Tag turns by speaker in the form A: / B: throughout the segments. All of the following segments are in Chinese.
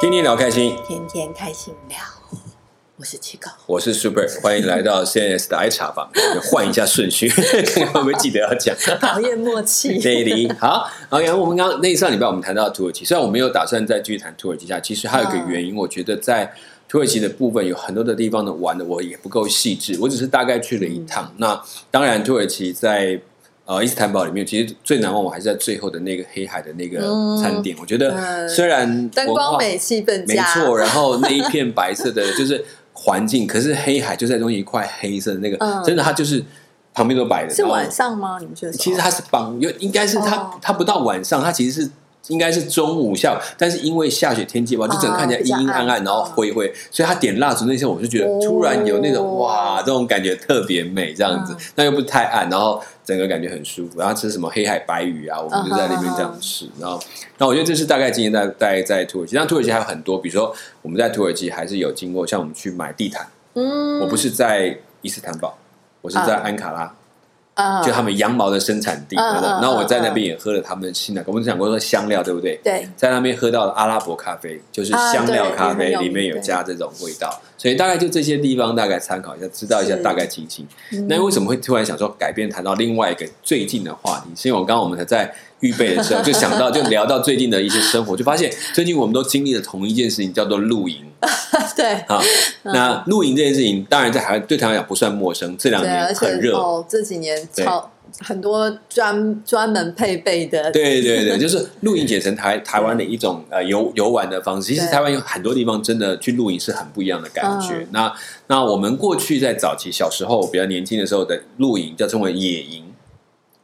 A: 天天聊开心，
B: 天天开心聊。我是七 狗，
A: 我是 Super，欢迎来 到 CNS 的 I 茶房，换一下顺序， 看看会不会记得要讲。
B: 讨厌 默契。
A: Daily 好，OK，我们刚刚那上礼拜我们谈到土耳其，虽然我没有打算再继续谈土耳其下，其实还有一个
B: 嗯
A: 原因，我觉得在土耳其的部分有很多的地方的玩的我也不够细致，我只是大概去了一
B: 嗯
A: 趟。那当然，土耳其在呃伊斯坦堡里面，其实最难忘我还是在最后的那个黑海的那个
B: 嗯
A: 餐点。我觉得
B: 嗯
A: 虽然
B: 灯
A: 文
B: 光
A: 化
B: 美，气氛
A: 没
B: 佳，
A: 错，然后那一片白色的就是环境，可是黑海就在中间一块黑色的那个，
B: 嗯
A: 真的它就是旁边都白的，
B: 是
A: 然后
B: 晚上吗？你们去的时候？
A: 其实它是傍，有应该是它、
B: 哦
A: 它不到晚上，它其实是应该是中午下午，但是因为下雪天气吧，就整个看起来
B: 哦比较
A: 阴阴暗
B: 暗嗯
A: 暗，然后灰灰，所以他点蜡烛那些，我就觉得突然有那种、
B: 哦
A: 哇，这种感觉特别美，这样子
B: 嗯，
A: 那、又不太暗，然后整个感觉很舒服。然后吃什么黑海白鱼啊，我们就在那边这
B: 嗯
A: 样吃，然后。那我觉得这是大概今天在在在土耳其，但土耳其还有很多，比如说我们在土耳其还是有经过，像我们去买地毯，
B: 嗯，
A: 我不是在伊斯坦堡，我是在
B: 嗯
A: 安卡拉，
B: 啊，
A: 就他们羊毛的生产地。
B: 嗯嗯
A: 对不对
B: 嗯
A: 然后我在那边也喝了他们的新的，我们讲过说香料，对不对？
B: 对
A: 在那边喝到了阿拉伯咖啡，就是
B: 啊
A: 香料咖啡，里面有加这种味道，所以大概就这些地方大概参考一下，知道一下
B: 是嗯
A: 大概情形。那为什么会突然想说改变谈到另外一个最近的话题？是因为我刚刚我们才在预备的时候就想到，就聊到最近的一些生活，就发现最近我们都经历了同一件事情，叫做露营。
B: 对
A: 啊，
B: 嗯
A: 那露营这件事情，当然在台湾对台湾来讲不算陌生，这两
B: 对，
A: 年
B: 而且
A: 很热，
B: 哦，这几年
A: 对
B: 超很多专专门配备的，
A: 对对对，就是露营解成台台湾的一种呃游游玩的方式。其实
B: 对
A: 台湾有很多地方真的去露营是很不一样的感觉。
B: 嗯
A: 那那我们过去在早期小时候比较年轻的时候的露营叫称为野营，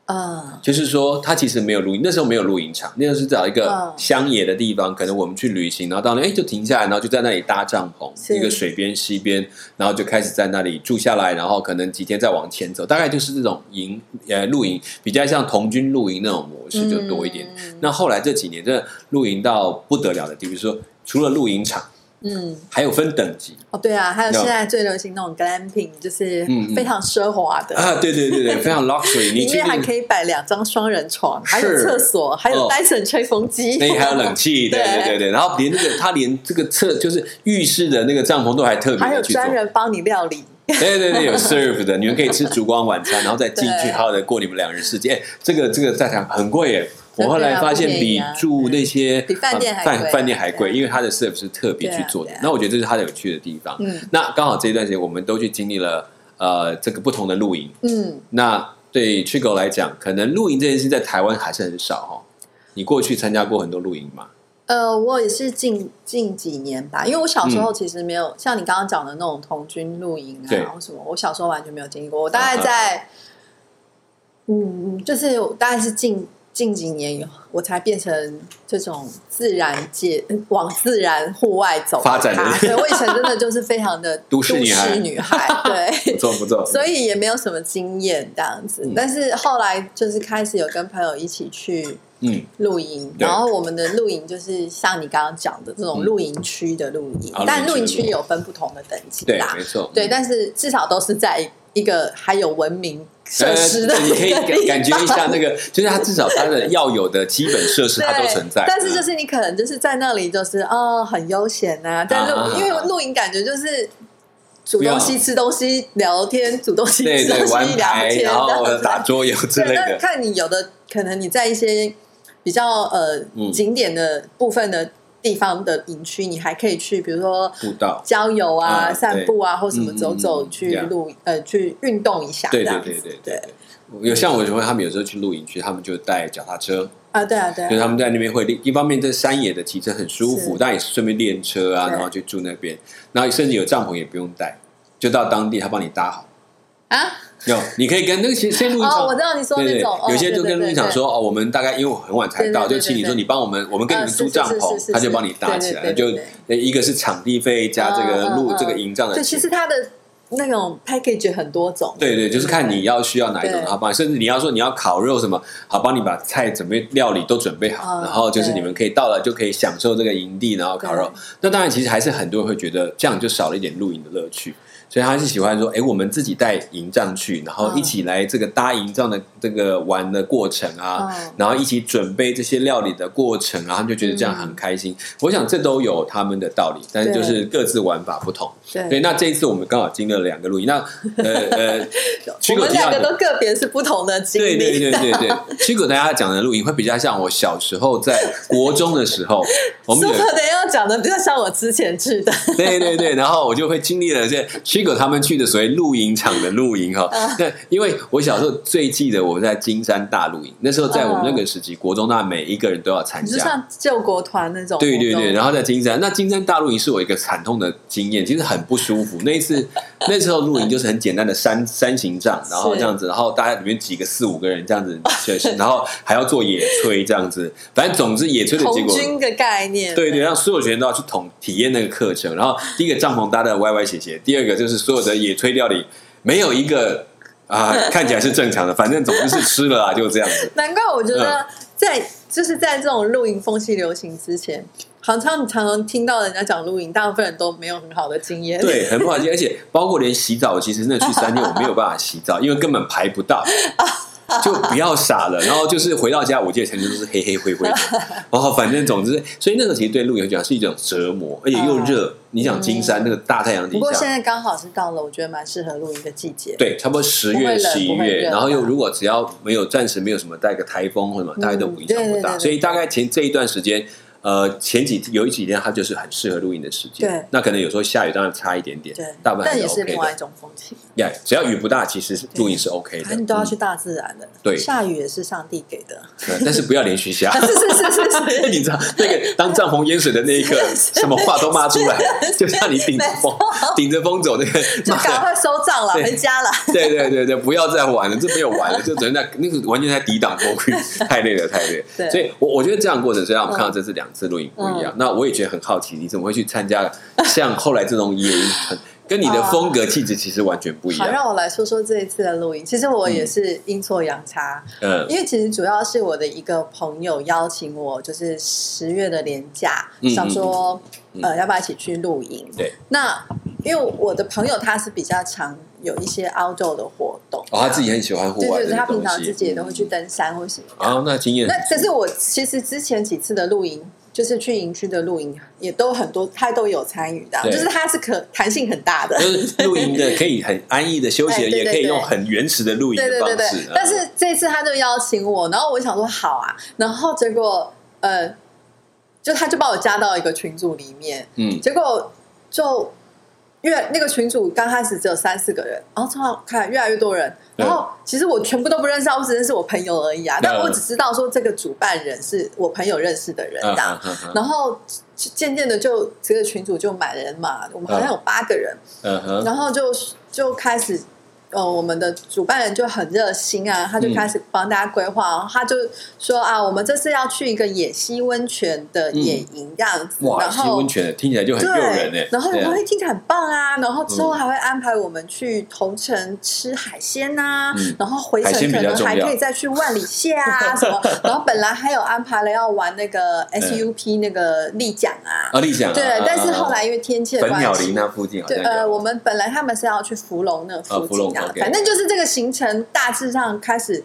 B: 嗯，
A: 就是说它其实没有露营，那时候没有露营场，那时候是找一个
B: 嗯
A: 乡野的地方，可能我们去旅行，然后到那哎就停下来，然后就在那里搭帐篷，
B: 是
A: 一个水边溪边，然后就开始在那里住下来，然后可能几天再往前走，大概就是这种营呃露营，比较像童军露营那种模式就多一点。
B: 嗯
A: 那后来这几年真的露营到不得了的地步，说除了露营场，
B: 嗯，
A: 还有分等级
B: 哦，对啊，还有
A: 有
B: 现在最流行那种 glamping，就是
A: 嗯嗯
B: 非常奢华的，
A: 啊，对对对对，非常 luxury，你
B: 里
A: 去
B: 面还
A: 那个
B: 可以摆两张双人床，还有
A: 是
B: 厕所，还有
A: 哦
B: Dyson 吹风机，
A: 那里还有冷气，对对
B: 对
A: 对对，然后连那个他连这个厕就是浴室的那个帐篷都还特别
B: 还有
A: 的去做，
B: 专人帮你料理，
A: 对对对，有 serve 的，你们可以吃烛光晚餐，然后再进去
B: 对
A: 好好的过你们两人世界。哎这个这个在场很贵耶，我后来发现
B: 啊
A: 比住那些
B: 对啊不便宜啊对比饭店还贵
A: 呃饭饭店还贵，
B: 对啊
A: 因为它的 serve 是特别去做的
B: 对啊对啊。
A: 那我觉得这是它的有趣的地方。
B: 嗯
A: 那刚好这一段时间我们都去经历了呃这个不同的露营。
B: 嗯，
A: 那对 t r i g o 来讲，可能露营这件事在台湾还是很少哦。你过去参加过很多露营吗？
B: 呃，我也是近近几年吧，因为我小时候其实没有、像你刚刚讲的那种童军露营
A: 嗯对
B: 啊，或什么，我小时候完全没有经历过。我大
A: 啊
B: 概
A: 哈
B: 在，嗯，就是我大概是近近几年以后，我才变成这种自然界呃往自然户外走
A: 发展的
B: 咖对，我以前真的就是非常的
A: 都市女孩
B: 都市 女孩对
A: 不。错不错，
B: 所以也没有什么经验这样子
A: 嗯，
B: 但是后来就是开始有跟朋友一起去
A: 嗯，
B: 露营，
A: 对
B: 然后我们的露营就是像你刚刚讲的这种
A: 嗯
B: 露营区的露营，
A: 啊
B: 但
A: 露
B: 露
A: 营
B: 营
A: 区的露营
B: 区有分不同的等级
A: 对
B: 啦，，
A: 没错，
B: 对，但是至少都是在一个还有文明设施的
A: 呃，
B: 一
A: 你
B: 个
A: 可以感
B: 地
A: 感觉一下
B: 方
A: 那个，就是它至少它的要有的基本设施
B: 对，
A: 它都存在，
B: 但是就
A: 嗯
B: 是你可能就是在那里就是哦很悠闲呐、但
A: 啊啊啊
B: 露因为露营感觉就是。煮东
A: 不
B: 西、吃东西、聊天，煮东西、
A: 对
B: 吃
A: 对
B: 东
A: 玩
B: 西、聊
A: 牌，
B: 天，
A: 然后
B: 这样子
A: 打桌游之类
B: 对，那
A: 的，
B: 看你有的可能你在一些比较呃
A: 嗯
B: 景点的部分的地方的营区，你还可以去，比如说
A: 步道，
B: 郊游
A: 啊
B: 啊、散
A: 对
B: 步啊，或什么
A: 嗯
B: 走
A: 嗯
B: 走
A: 嗯
B: 去
A: yeah
B: 露呃去运动一下，
A: 对
B: 这
A: 对
B: 样
A: 对
B: 子
A: 对对
B: 对
A: 有像我朋友他们有时候去露营区，他们就带脚踏车，
B: 啊，对啊对
A: 所以
B: 啊，
A: 他们在那边会练一方面在山野的骑车很舒服，
B: 是
A: 但也是顺便练车啊，
B: 对
A: 然后去住那边，然后甚至有帐篷也不用带，就到当地他帮你搭好。
B: 啊
A: 有，你可以跟那个先先录一场，
B: 哦我知道你说
A: 对对
B: 那种
A: 对有些
B: 哦
A: 就
B: 对
A: 跟
B: 对
A: 录一场
B: 对
A: 说哦，我们大概因为我很晚才到，
B: 对
A: 就
B: 对对
A: 请你说
B: 对
A: 你帮我们，我们跟你
B: 啊
A: 们
B: 是
A: 租
B: 是
A: 帐
B: 是是
A: 篷，
B: 是
A: 他就帮
B: 是
A: 你搭
B: 对
A: 起
B: 对
A: 来，
B: 对
A: 就
B: 对
A: 呃一个是场地费加这个
B: 嗯嗯
A: 录
B: 嗯
A: 这个营帐的
B: 对，其
A: 钱
B: 实。它的那种 package 很多种，
A: 对对，就是看你要需要哪一种，
B: 对
A: 然后帮你，甚至你要说你要烤肉什么，好帮你把菜准备料理都准备好，
B: 嗯
A: 然后就是
B: 对
A: 你们可以到了就可以享受这个营地，然后烤肉。那当然，其实还是很多人会觉得这样就少了一点露营的乐趣。所以他是喜欢说，哎，我们自己带营帐去，然
B: 嗯
A: 后一起来这个搭营帐的这个玩的过程啊，
B: 嗯
A: 然后一起准备这些料理的过程啊，他们就觉得这样
B: 嗯
A: 很开心。我想这都有他们的道理，但是就是各自玩法不同。对，
B: 对，
A: 那这一次我们刚好经历了两个录音，那呃 呃，
B: 我
A: 曲狗
B: 们
A: 提到
B: 两
A: 的
B: 个都个别是不同的经
A: 对
B: 历，
A: 对对对对， 其实大家讲的录影会比较像我小时候在国中的时 候，我们有
B: Super 的要讲的比较像我之前 去的，
A: 对对对，然后我就会经历了这 Chico 他们去的所谓露营场的露营 哈。
B: 啊
A: 那因为我小时候最记得我在金山大露营，那时候在我们那个时期，国中大每一个人都要参
B: 啊你就
A: 加。
B: 像救国团那种活动，
A: 对对对，然后在金山，那金山大露营是我一个惨痛的经验，其实很不舒服。那一次，那时候露营就是很简单的山山行帐，然后
B: 是
A: 这样子，然后大家里面几个四五个人这样子，就是然后还要做野炊这样子，反正总之野炊的结
B: 童
A: 果
B: 军的概念，
A: 对对，让所有学员都要去统体验那个课程。然后第一个帐篷搭的歪歪斜斜，第二个就是所有的野炊料理没有一个啊、看起来是正常的，反正总之是吃了啊，就这样子。
B: 难怪我觉
A: 嗯
B: 得在、就是在这种露营风气流行之前，常常你常常听到人家讲露营，大部分人都没有很好的经验。
A: 对，很不好听，而且包括连洗澡，其实那去三天我没有办法洗澡，因为根本排不到。就不要傻了，然后就是回到家，我记得全身都是黑黑灰灰的，然后反正总之，所以那个其实对露营来讲是一种折磨，而且又热。你想金山那个大太阳底
B: 哦嗯不过现
A: 下，
B: 在刚好是到了我觉得蛮适合露营的季节。
A: 对，差不多十
B: 不会
A: 月、
B: 冷
A: 十一
B: 不会
A: 月，
B: 热嗯
A: 然后又
B: 吧
A: 如果只要没有暂时没有什么带个台风或什么，大概都不影响
B: 嗯对
A: 不
B: 对
A: 大。
B: 对
A: 所以大概前这一段时间，呃，前几有几天它就是很适合露营的时间。
B: 对
A: 那可能有时候下雨当然差一点点，
B: 对，
A: 大部分还
B: 但也是
A: OK
B: 另
A: 的
B: 外。一种风情，
A: 呀只要雨不大，其实露营是 OK
B: 反
A: 的。
B: 正你都要
A: 嗯
B: 去大自然的。
A: 对
B: 下雨也是上帝给 的。
A: 对但是不要连续下。
B: 是是是是是，
A: 你知道那个当帐篷淹水的那一刻，什么话都骂出来，就像你顶着风顶着风走那个，
B: 就
A: 骂
B: 赶
A: 的。
B: 快收账了，
A: 对
B: 回家了。
A: 对对对对，不要再玩了，这没有玩了，就只能在那个完全在抵挡过去， 太累了，太累了。
B: 对嗯
A: 所以我我觉得这样的过程，虽然我们看到这次两次录影不一样，那我也觉得很好奇，你怎么会去参加像后来这种野营团，跟你的风格气质其实完全不一
B: 啊好，
A: 样。
B: 让我来说说这一次的露营。其实我也是阴错阳差，
A: 嗯
B: 因为其实主要是我的一个朋友邀请我，就是十月的年假，
A: 嗯
B: 想说、
A: 嗯嗯
B: 呃要不要一起去露营？
A: 对，
B: 那因为我的朋友他是比较常有一些 outdoor 的活动，
A: 哦，他自己很喜欢户
B: 对
A: 外
B: 对
A: 的
B: 对，他平
A: 东
B: 常
A: 西嗯
B: 自己也都会去登山或什么的。
A: 啊，那经验
B: 那可是我其实之前几次的露营，就是去营区的露营，也都很多他都有参与的，
A: 对
B: 就是他是可弹性很大的。
A: 就是露营的可以很安逸的休
B: 哎
A: 闲，
B: 对对
A: 也可以
B: 对
A: 用很原始的露营
B: 对
A: 的
B: 对
A: 方
B: 对
A: 式嗯
B: 对。。但是这次他就邀请我，然后我想说好啊，然后结果呃，就他就把我加到一个群组里面，
A: 嗯，
B: 结果就越那个群组刚开始只有三四个人，然后突然看越来越多人，
A: 对
B: 然后其实我全部都不认识啊，我只认识我朋友而已啊，但
A: 嗯
B: 我只知道说这个主办人是我朋友认识的人
A: 嗯
B: 这样。
A: 嗯嗯嗯
B: 然后渐渐的就这个群组就满人嘛，我们好像有八个人，
A: 嗯哼，
B: 然后就就开始，呃，我们的主办人就很热心
A: 嗯
B: 啊，他就开始帮大家规划，然后他就说啊，我们这次要去一个野溪温泉的野营这样子，
A: 嗯哇，
B: 然
A: 吸
B: 后
A: 温。泉听起来就很诱人
B: 对
A: 诶，。
B: 然后
A: 对
B: 我
A: 啊
B: 会听起来很棒啊，然后之后
A: 嗯
B: 还会安排我们去同城吃海鲜呐、
A: 嗯
B: 然后回程
A: 海鲜比
B: 可
A: 较
B: 能
A: 重要
B: 还可以再去万里蟹啊 什么，然后本来还有安排了要玩那个
A: 嗯
B: SUP 那个立桨啊，
A: 啊，立奖啊
B: 对
A: 啊，
B: 但是
A: 啊
B: 后
A: 啊
B: 来因为天气的
A: 本
B: 关
A: 鸟
B: 系
A: 林，啊那附近好
B: 对，
A: 像
B: 呃，
A: 有
B: 我们本来他们是要去芙蓉那附
A: 芙蓉
B: 近啊，
A: ，OK
B: 反正就是这个行程大致上开始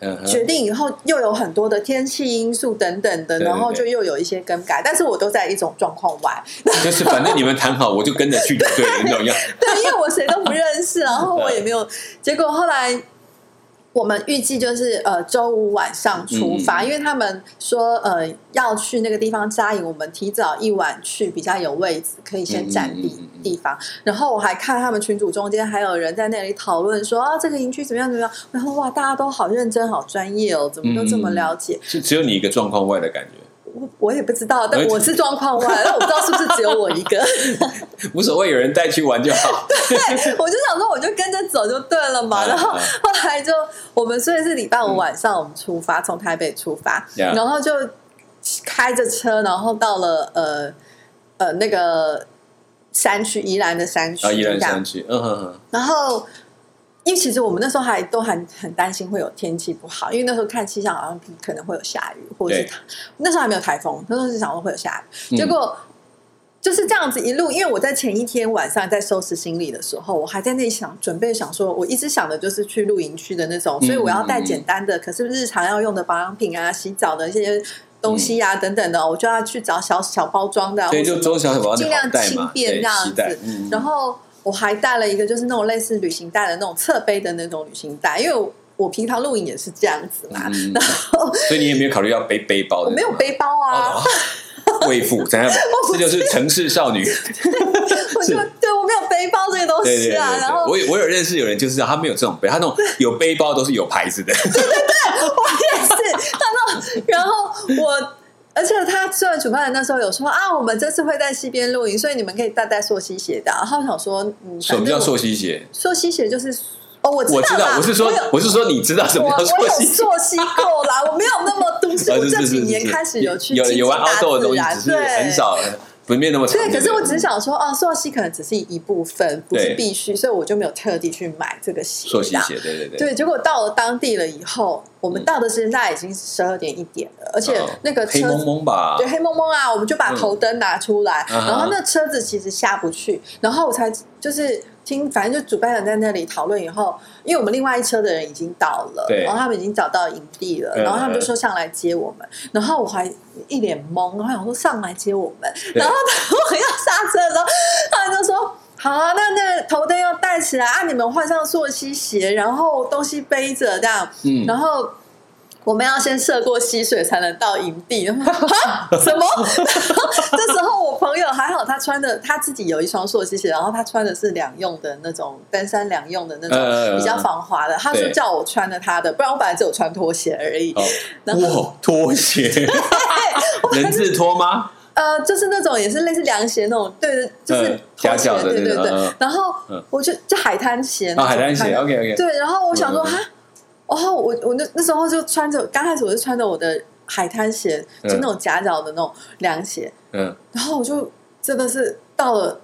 A: 嗯哼
B: 决定以后，又有很多的天气因素等等的，
A: 对对
B: 然后
A: 对
B: 就又有一些更改，但是我都在一种状况外，
A: 就是反正你们谈好，我就跟着去就对了，那种样。
B: 对，因为我谁都不认识，然后我也没有，结果后来。我们预计就是呃周五晚上出发，
A: 嗯
B: 因为他们说呃要去那个地方扎营，我们提早一晚去比较有位置，可以先占地、
A: 嗯嗯嗯嗯嗯
B: 地方。然后我还看他们群组中间还有人在那里讨论说啊这个营区怎么样怎么样，然后哇大家都好认真好专业哦，怎么都这么了解？
A: 是只有你一个状况外的感觉，
B: 我我也不知道，但我是状况外，但我不知道是不是只有我 一个。
A: 无所谓，有人带去玩就 好。
B: 我就想说，我就跟着走就对了嘛。然后
A: 嗯
B: 后来就我们所以是礼拜五晚上我们出发，从台北出发，
A: Yeah
B: 然后就开着车，然后到了呃呃那个山区，哦宜兰的山区
A: 啊，依
B: 这
A: 然
B: 样啊
A: 上。去，嗯哼哼，
B: 然后因为其实我们那时候还都很很担心会有天气不好，因为那时候看气象好像可能会有下雨，或者是
A: 对
B: 那时候还没有台风，那时候是想说会有下
A: 嗯
B: 雨，结果。就是这样子一路，因为我在前一天晚上在收拾行李的时候，我还在那里想准备想说，我一直想的就是去露营区的那种，
A: 嗯
B: 所以我要带简单的，可是日常要用的保养品啊、洗澡的一些东西
A: 嗯
B: 啊、等等的，我就要去找小小包装的啊，
A: 所以就
B: 或什么
A: 中小小宝宝
B: 尽量轻便这样子。然
A: 后
B: 后我还带了一个就是那种类似旅行袋的那种侧背的那种旅行袋，因为我我平常露营也是这样子
A: 嗯
B: 嘛，然后
A: 所以你也没有考虑要背背包的，
B: 我没有背包啊。
A: 哦。贵妇，怎样？这就是城市少女。
B: 我就对我没有背包这个东
A: 对对对
B: 西啊，
A: 对
B: 然后，
A: 我有我有认识有人就是这样他没有这种背，他那种有背包都是有牌子的。
B: 我也 是，然后然后我。而且他虽然主办人那时候有说啊，我们这次会在西边露营，所以你们可以带带溯溪鞋的。啊然后我想说，嗯，
A: 什么叫溯
B: 溯
A: 溪鞋？
B: 溯溪鞋？就是哦，我
A: 我知
B: 道啦，
A: 道，我是说
B: 有，
A: 我是说，你知道什
B: 我
A: 么叫
B: 我
A: 溯溪鞋？
B: 有溯溪够啦，我没有那么都市。
A: 啊
B: 我
A: 是
B: 这
A: 是
B: 几
A: 是
B: 年
A: 是
B: 开始有去
A: 有
B: 亲
A: 有
B: 近
A: 玩
B: 大
A: outdoor 的
B: 自
A: 东西，
B: 然，
A: 只是很
B: 对。
A: 少，不面那么长。
B: 对，可是我
A: 不
B: 只是想说，哦，溯溪可能只是一部分，不
A: 对
B: 是必须，所以我就没有特地去买这个鞋。
A: 溯溪
B: 这样
A: 鞋，对对对。
B: 对，结果到了当地了以后，我们到的时间大概已经是十二点一点了，而且
A: 哦
B: 那个
A: 黑
B: 车
A: 蒙
B: 子。
A: 蒙吧，
B: 对黑蒙蒙啊，我们就把头灯拿出来，
A: 嗯嗯啊哈
B: 然后那车子其实下不去，然后我才就是听，反正就主办人在那里讨论以后，因为我们另外一车的人已经到了，
A: 对
B: 然后他们已经找到营地了，
A: 嗯
B: 然后他们就说上来接我们，然后我还一脸懵，然后想说上来接我们，然后他我要刹车的时候，他们就说。好啊，那那个头灯要戴起来啊！你们换上溯溪鞋，然后东西背着这样，
A: 嗯
B: 然后我们要先涉过溪水才能到营地。 然后哈什么？ 然后这时候我朋友还好，他穿的他自己有一双溯溪鞋，然后他穿的是两用的那种登山两用的那
A: 呃
B: 种比较防滑的。他说
A: 对
B: 叫我穿的他的，不然我本来只有穿拖鞋而已。然后
A: 哦，哇，拖鞋，人字拖吗？
B: 呃，就是那种也是类似凉鞋那种，对，对，就是
A: 嗯
B: 拖
A: 夹
B: 鞋，
A: 脚的
B: 对
A: 那
B: 对
A: 种嗯
B: 对
A: 嗯。
B: 然后
A: 嗯
B: 我就就海滩鞋那
A: 啊，
B: 种，
A: 海滩鞋，OK OK，
B: 对，然后我想说
A: 嗯
B: 哈，哦，我我那那时候就穿着，刚开始我是穿着我的海滩鞋，
A: 嗯
B: 就那种夹脚的那种凉鞋，
A: 嗯，
B: 然后我就真的是到了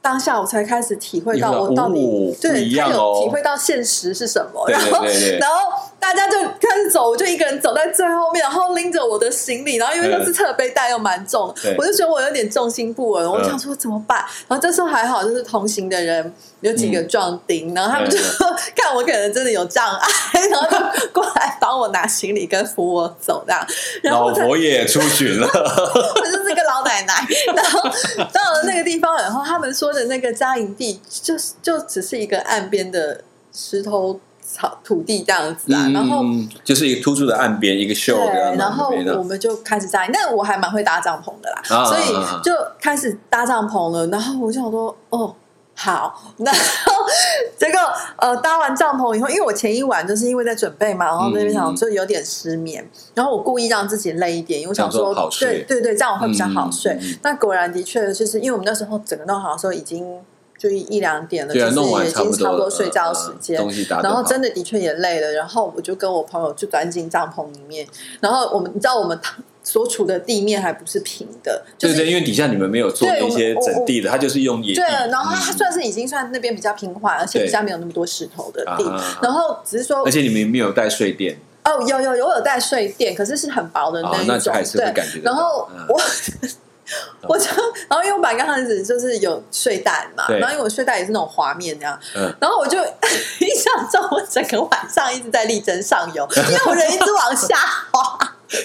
B: 当下，我才开始体会到
A: 你会
B: 我到
A: 哦
B: 底
A: 不一
B: 对
A: 样
B: 他
A: 哦
B: 有体会到现实是什么，
A: 对
B: 然
A: 对
B: 后
A: 对对
B: 然后大家就开始走，我就一个人走在最后面，然后拎着我的行李，然后因为那是侧背带又蛮重的
A: 对，嗯
B: 我就觉得我有点重心不稳，我想说怎么办？然后这时候还好，就是同行的人有几个壮丁，然后他们就
A: 嗯
B: 看我可能真的有障碍，然后就过来帮我拿行李跟扶我走这样，然
A: 老
B: 后我才
A: 佛爷出巡了，
B: 我就是个老奶 奶。然后到了那个地方以后，他们说的那个扎营地，就是就只是一个岸边的石头草土地这样子啊，然后。
A: 嗯就是一个突出的岸边，一个秀这样
B: 对，
A: 子，
B: 然后
A: 没
B: 我
A: 了
B: 们就开始扎营，但我还蛮会搭帐篷的啦，
A: 啊
B: 所以就开始搭帐篷了。然后我就想说，哦，好，然后 结果呃搭完帐篷以后，因为我前一晚就是因为在准备嘛，然后
A: 嗯
B: 那边想就有点失眠，然后我故意让自己累一点，因为我想
A: 想说
B: 说
A: 哦好，睡
B: 对对对，这样我会比较好睡。
A: 嗯嗯嗯
B: 那果然的确就是因为我们那时候整个弄好的时候已经。就一一两点了，
A: 对啊，
B: 就
A: 弄
B: 是
A: 完
B: 已经
A: 不
B: 差不
A: 多
B: 多
A: 了
B: 睡觉
A: 嗯
B: 时间，
A: 东西打得
B: 然后
A: 好
B: 真的的确也累了，然后我就跟我朋友就钻进帐篷里面，然后我们你知道我们所处的地面还不是平的，就
A: 对
B: 是
A: 对，因为底下你们没有做
B: 对
A: 那
B: 我们
A: 些
B: 我
A: 整地的，它就是用野地，
B: 对，啊然后它
A: 嗯
B: 算是已经算那边比较平缓，而且
A: 对
B: 比较没有那么多石头的地
A: 啊啊啊，
B: 然后只是说
A: 而且你们也没有带睡垫，
B: 哦，有有有有带睡垫，可是是很薄的
A: 啊
B: 一
A: 那就
B: 种，
A: 还是会
B: 对
A: 感觉。得到
B: 然后
A: 嗯
B: 我我就，然后因为我把刚开始就是有睡袋嘛，
A: 对
B: 然后因为我睡袋也是那种滑面那样，
A: 嗯
B: 然后我就 印象中我整个晚上一直在力争上游，因为我人一直往下滑，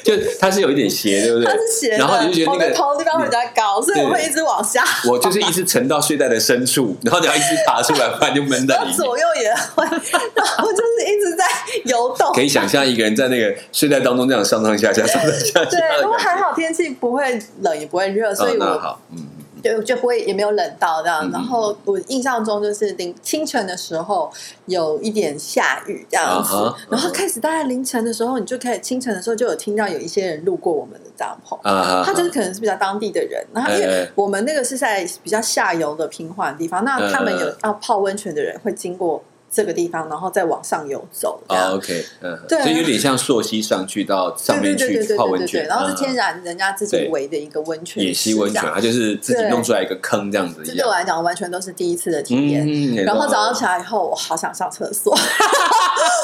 A: 就它是有一点斜，对不对
B: 它？是斜的，
A: 然后你就觉得
B: 我
A: 那
B: 的
A: 个
B: 头这边会比较高，所以我
A: 对
B: 会一直往下，
A: 我就是一直沉到睡袋的深处，然后你要一直爬出来，不然就闷在
B: 然
A: 里
B: 后
A: 面。
B: 左右也会，然后就是一直在游动
A: 可。以想象一个人在那个睡袋当中这样上上下下、上上下下的感觉。
B: 对，不过还好天气不会冷也不会热，所以
A: 哦、那
B: 我
A: 好，嗯，
B: 就就不会也没有冷到这
A: 嗯。
B: 样然后我印象中就是凌清晨的时候有一点下雨这样子
A: 啊哈，
B: 然后
A: 啊哈
B: 开始大概凌晨的时候，你就可以清晨的时候就有听到有一些人路过我们的帐篷。
A: 啊，
B: 他就是可能是比较当地的人，然后因
A: 哎
B: 为
A: 哎
B: 我们那个是在比较下游的平缓地方，那他们
A: 嗯嗯
B: 有
A: 嗯
B: 要泡温泉的人会经过这个地方，然后再往上游走。这
A: 啊
B: 样
A: ，OK，嗯，
B: 对啊
A: 所以有点像溯溪上去到上面
B: 对对对
A: 去
B: 对对
A: 泡
B: 对
A: 温
B: 对
A: 泉
B: 对，，然后是
A: 嗯
B: 天然人家自己
A: 对
B: 围的一个温泉，
A: 野溪温泉，啊它就是自己
B: 对
A: 弄出来一个坑这样子一
B: 这对
A: 样
B: 我。来讲完全都是第一次的体验。
A: 嗯，
B: 然后早上起
A: 来，
B: 来以后，我好想上厕所，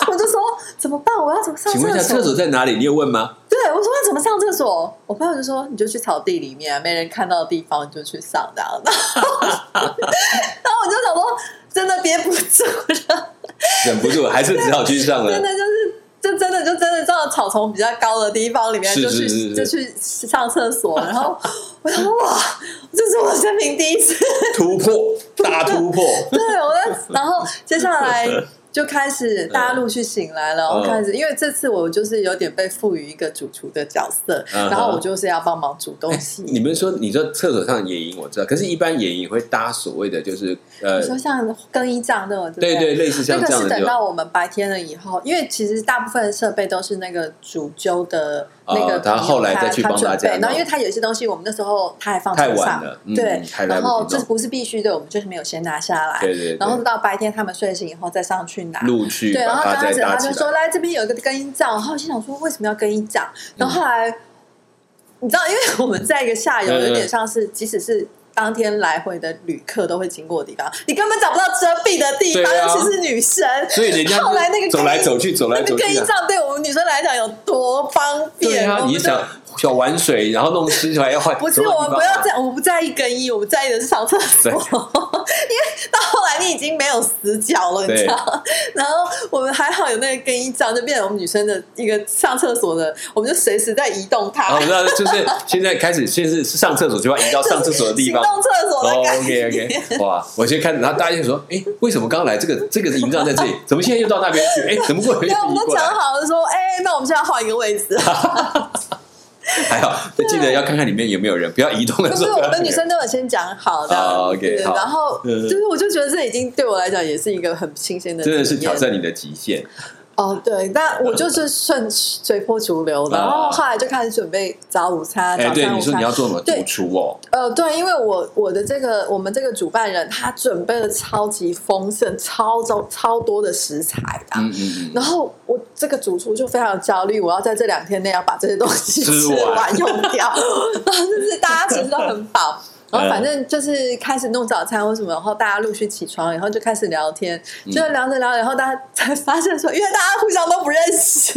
B: 我就说怎么办？我要怎么上
A: 请问一下厕所在哪里？你有问吗？
B: 对，我说要怎么上厕所？我朋友就说你就去草地里面、啊，没人看到的地方你就去上这样。 然后然后我就想说，真的憋不住 了，
A: 忍不住还是只好去上
B: 真
A: 了。
B: 的就是。就真的就真的到草丛比较高的地方里面，
A: 是
B: 就是去
A: 是是
B: 就去上厕所，然后我想说哇，这是我生平第一次
A: 突破，大突破，
B: 对，我在，然后接下来就开始大家陆续醒来了，
A: 嗯
B: 我开始，因为这次我就是有点被赋予一个主厨的角色，
A: 嗯哼哎
B: 然后我就是要帮忙煮东
A: 你
B: 西。
A: 们说，你说厕所上野营我知道，可是一般野营会搭所谓的就是呃
B: 你，说像更衣帐那种，不
A: 对对，类似
B: 那
A: 像
B: 个
A: 这样的
B: 是等
A: 地方
B: 到我们白天了以后，因为其实大部分的设备都是那个主揪的那个
A: 哦他后来再去
B: 他
A: 帮大
B: 准
A: 家
B: 备，然
A: 弄
B: 后因为他有些东西我们那时候他还放
A: 太
B: 车上
A: 晚，了，嗯
B: 对，
A: 太来
B: 然后
A: 不及
B: 这
A: 弄。
B: 不是必须的，我们就是没有先拿下来，
A: 对对，对
B: 然后到白天他们睡醒以后再上去拿，
A: 陆续
B: 对，然
A: 把
B: 后
A: 它
B: 刚开
A: 再
B: 始
A: 搭
B: 他
A: 起
B: 就
A: 来
B: 说。来这边有一个更衣帐，然后我心想说为什么要更衣帐？然后后来、你知道，因为我们在一个下游，
A: 嗯嗯
B: 有点像是即使是。当天来回的旅客都会经过的地方，你根本找不到遮蔽的地方，
A: 对啊
B: 尤其是女生。
A: 所以人家
B: 后来那个
A: 走来走去，走来
B: 那个
A: 走去
B: 更衣
A: 啊。
B: 帐对我们女生来讲有多方便？
A: 对啊，
B: 我们
A: 你
B: 就
A: 想想玩水，然后弄湿出来要换，
B: 不是
A: 走到
B: 我
A: 地
B: 们
A: 方
B: 不要
A: 啊
B: 在，我不在意更衣，我们在意的是上厕 所。因
A: 对
B: 为到后来你已经没有死角了，你知道吗。 然后我们还好有那个更衣帐，就变成我们女生的一个上厕所的，我们就随时在移动它，
A: 哦，那就是现在开始，先是上厕所就要移到上厕所的地
B: 行
A: 方。
B: 动厕所
A: 哦
B: 的感觉。
A: ，OK OK，哇！我先开始，然后大家就说，哎，为什么刚刚来这个这个营帐在这里，怎么现在又到那边去？哎，怎么过来
B: 因
A: 又
B: 为我们
A: 移
B: 都
A: 过
B: 讲
A: 来？
B: 好了说，哎、那我们现在换一个 位置。
A: 还好，记得要看看里面有没有人，不要移动的
B: 不
A: 时
B: 是，
A: 候。
B: 我们女生都有先讲好的。
A: 哦，OK，
B: 对
A: 好
B: 然后
A: 嗯
B: 就是，我就觉得这已经对我来讲也是一个很新鲜的体
A: 真
B: 验，
A: 的是挑战你的极限。
B: 哦，对，但我就是顺随波逐流的，
A: 啊
B: 然后后来就开始准备早午餐、
A: 哎，
B: 啊早
A: 对，
B: 餐、
A: 你
B: 午
A: 说你
B: 餐
A: 要。做什么
B: 对
A: 主厨哦？
B: 呃，对，因为我我的这个我们这个主办人他准备了超级丰盛、超超超多的食材的啊，
A: 嗯嗯 嗯，
B: 然后我这个主厨就非常有焦虑，我要在这两天内要把这些东西
A: 吃
B: 吃
A: 完
B: 完用掉， 然后就是大家其实都 很饱。
A: 嗯
B: 然后反正就是开始弄早餐或什么，然后大家陆续起床，然后就开始聊天，
A: 嗯
B: 就聊着聊着，然后大家才发现说，因为大家互相都不认识，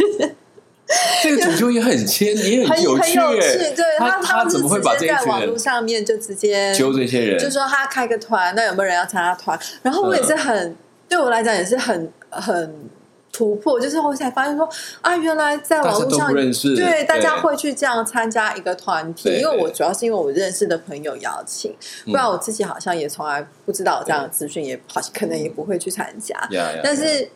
A: 这个主厨也 很谦，也
B: 很
A: 有
B: 很
A: 趣
B: 有趣
A: 哎。。
B: 对
A: 他
B: 他们
A: 怎
B: 是
A: 么会把
B: 直
A: 这
B: 接
A: 一
B: 在
A: 群
B: 网络
A: 人
B: 上面就直接
A: 揪这些
B: 就
A: 人？
B: 说他开个团，那有没有人要参加团？然后我
A: 嗯
B: 也是很，对我来讲也是很很突破，就是我才发现说啊，原来在
A: 大
B: 网
A: 家
B: 络
A: 都
B: 上
A: 不。认识，
B: 对，大家会去这样参加一个团体，
A: 对
B: 因为我
A: 对嗯
B: 主要是因为我认识的朋友邀请，不然我自己好像也从来不知道有这样的资讯，也好像可能也不会去参加。
A: 呀呀
B: 但是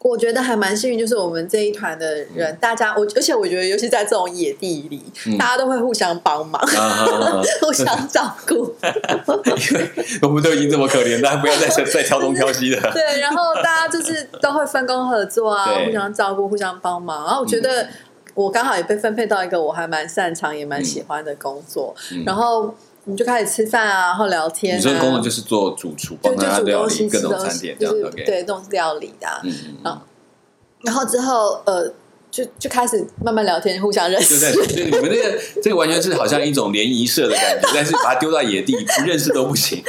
B: 我觉得还蛮幸运，就是我们这一团的人，大家我而且我觉得，尤其在这种野地里，
A: 嗯
B: 大家都会互相帮忙，
A: 啊哈哈哈
B: 互相照顾。
A: 因为 我们都已经这么可怜，大家不要再再挑东挑西 的。
B: 对，然后大家就是都会分工合作啊，
A: 对嗯
B: 互相照顾、互相帮忙。然后我觉得我刚好也被分配到一个我还蛮擅长、也蛮喜欢的工作，
A: 嗯
B: 然后我们就开始吃饭啊，然后聊天、啊。
A: 你说的工作就是做主厨，帮
B: 就
A: 大家
B: 就煮
A: 料
B: 东
A: 理
B: 西、
A: 各
B: 吃
A: 种
B: 东
A: 餐
B: 西，
A: 点，
B: 就
A: 这
B: 是
A: 样 OK。
B: 对弄料理的啊、
A: 嗯，嗯嗯，
B: 然后之后呃，就就开始慢慢聊天，互相认
A: 就在
B: 识。
A: 对你们那个这个完全是好像一种联谊社的感觉，但是把它丢到野地，不认识都不行，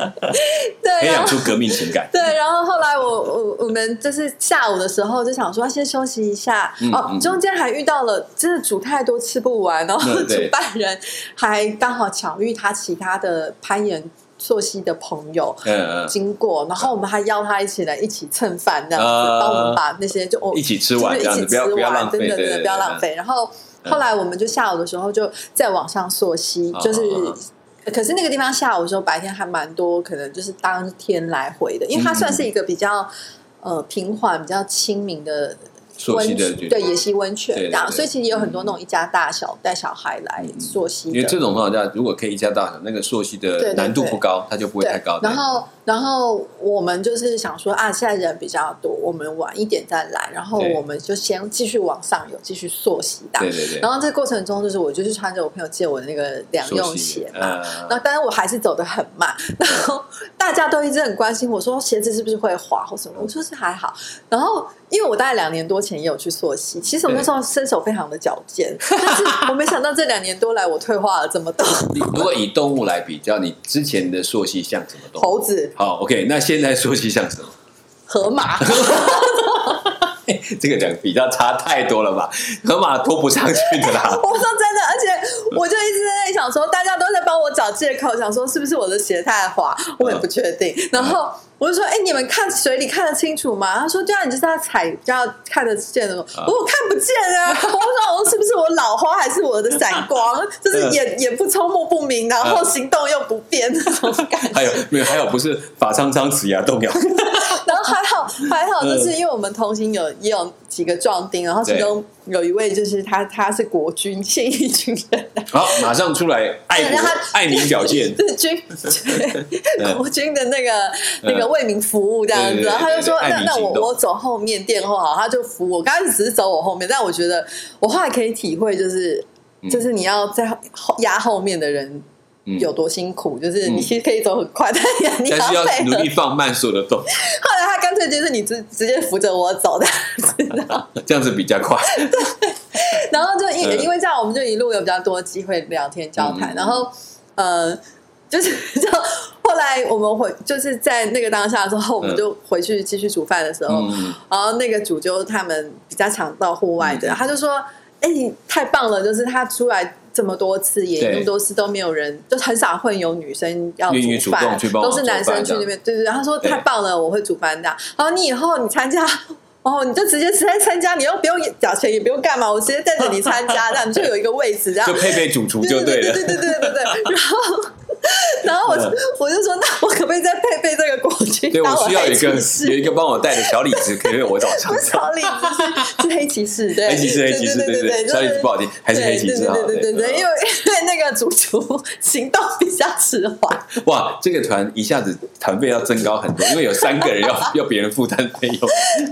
B: 对，啊
A: 培
B: 然
A: 养
B: 后
A: 出革命情感。
B: 对，然后后来我我我们就是下午的时候就想说先休息一下，
A: 嗯
B: 哦
A: 嗯，
B: 中间还遇到了真的煮太多吃不完，然后
A: 对
B: 主
A: 对
B: 办人还刚好巧遇他其他的攀岩溯溪的朋友。
A: 嗯嗯，
B: 经过，然后我们还邀他一起来一起蹭饭，这样子、
A: 啊
B: 帮我们把那些就哦我
A: 一起吃完这
B: 就是一
A: 样子，
B: 起
A: 不
B: 吃
A: 要不要
B: 完，
A: 浪费，
B: 真的
A: 对
B: 真
A: 对对，
B: 的不要浪
A: 对。
B: 费。然后后来我们就下午的时候就再往上溯溪，
A: 嗯
B: 就是
A: 嗯嗯。
B: 可是那个地方下午的时候，白天还蛮多，可能就是当天来回的，因为
A: 嗯
B: 它
A: 嗯
B: 算是一个比较呃平缓、比较亲民的
A: 溯
B: 温
A: 溪嗯的
B: 泉，对野溪温泉
A: 对对
B: 这样，
A: 对
B: 所以其实也有很多那种一家大小带小孩来
A: 嗯嗯
B: 溯溪
A: 因为
B: 的
A: 这种方法下，如果可以一家大小，那个溯溪
B: 对
A: 的
B: 对
A: 难度
B: 对
A: 不高，它就不会
B: 对，
A: 太高。
B: 然后，然后我们就是想说啊，现在人比较多，我们晚一点再来，然后
A: 对
B: 我们就先继续往上游，继续溯溪的。
A: 对对对，
B: 然后这个过程中，就是我就是穿着我朋友借我的那个两用鞋嘛，
A: 嘛
B: 那但是我还是走得很慢，然后大家都一直很关心我说鞋子是不是会滑或什么，我说是还好。然后因为我大概两年多前也有去溯溪，其实我那时候身手非常的矫健，但是我没想到这两年多来我退化了这么多。
A: 你如果以动物来比较，你之前的朔系像什么动物？
B: 猴子、
A: 好，OK，那现在朔系像什么？
B: 河马，
A: 这个两个比较差太多了吧？河马拖不上去的啦。
B: 我说真的，而且我就一直在那里想说，大家都在帮我找借口，想说是不是我的鞋太滑，我也不确定。然后我就说，哎、你们看水里看得清楚吗？他说，对啊，你就是要踩比较看得见的。我说我看不见啊！我说，我是不是我老花还是我的散光？就是眼眼不聪目不明，啊然后行动又不便那种感觉。
A: 还有没有？还有不是法苍苍齿牙动摇？
B: 然后还好还好，就是因为我们同行有也有几个壮丁，然后其中有一位就是他他是国军现役军人。
A: 好，马上出来爱
B: 对让
A: 国
B: 他
A: 爱民表 现。
B: 是军对国军的那个那个为民服务这样
A: 嗯对对
B: 子，
A: 对
B: 然后他就说
A: 对对对爱
B: 那
A: 民
B: 那我
A: 行动
B: 我走后面殿后好，他就扶我。刚开始只是走我后面，但我觉得我后来可以体会，就是就是你要在后压后面的人。
A: 嗯
B: 有多辛苦，就是
A: 嗯
B: 你其实可以走很快，但是你
A: 但是
B: 要
A: 要
B: 配合
A: 努。力放慢所有的动作，
B: 后来他干脆就是你直直接扶着我走的，
A: 这样子比较快。
B: 然后就因、
A: 嗯
B: 因为这样，我们就一路有比较多机会聊天交谈，
A: 嗯
B: 然后呃，就是 就后来我们回就是在那个当下之后，我们就回去继续煮饭的时候，
A: 嗯，
B: 然后那个主揪他们比较常到户外的，
A: 嗯
B: 他就说：“哎、你太棒了！就是他出来这么多次，也
A: 对
B: 那么多次都没有人，就很少会有女生要
A: 愿意
B: 煮饭，
A: 主动去帮忙
B: 都是男生
A: 煮饭这
B: 去
A: 样
B: 那边。对对对，他说
A: 对
B: 太棒了，我会煮饭的。然后你以后你参加。” 哦，你就直接直接参加，你又不用缴钱，也不用干嘛，我直接带着你参 加，这样你就有一个位置，这样
A: 就配备主厨就
B: 对
A: 了
B: 对。对对对对 对。然后，然后我就
A: 嗯
B: 我就说，那我可不可以再配备这个国军？
A: 对，
B: 当
A: 我需要
B: 黑
A: 有一个
B: 骑士
A: 有一个帮我带的小李子，可以为我找上
B: 不是小李子，是是黑骑士，对，
A: 黑骑士，黑骑士，
B: 对
A: 对
B: 对，
A: 小李子不好听，还是黑骑士好嗯
B: 对。对对对对，因为因为那个主厨行动比较迟缓，
A: 哇，这个团一下子团费要增高很多，因为有三个人 要要别人负担费用。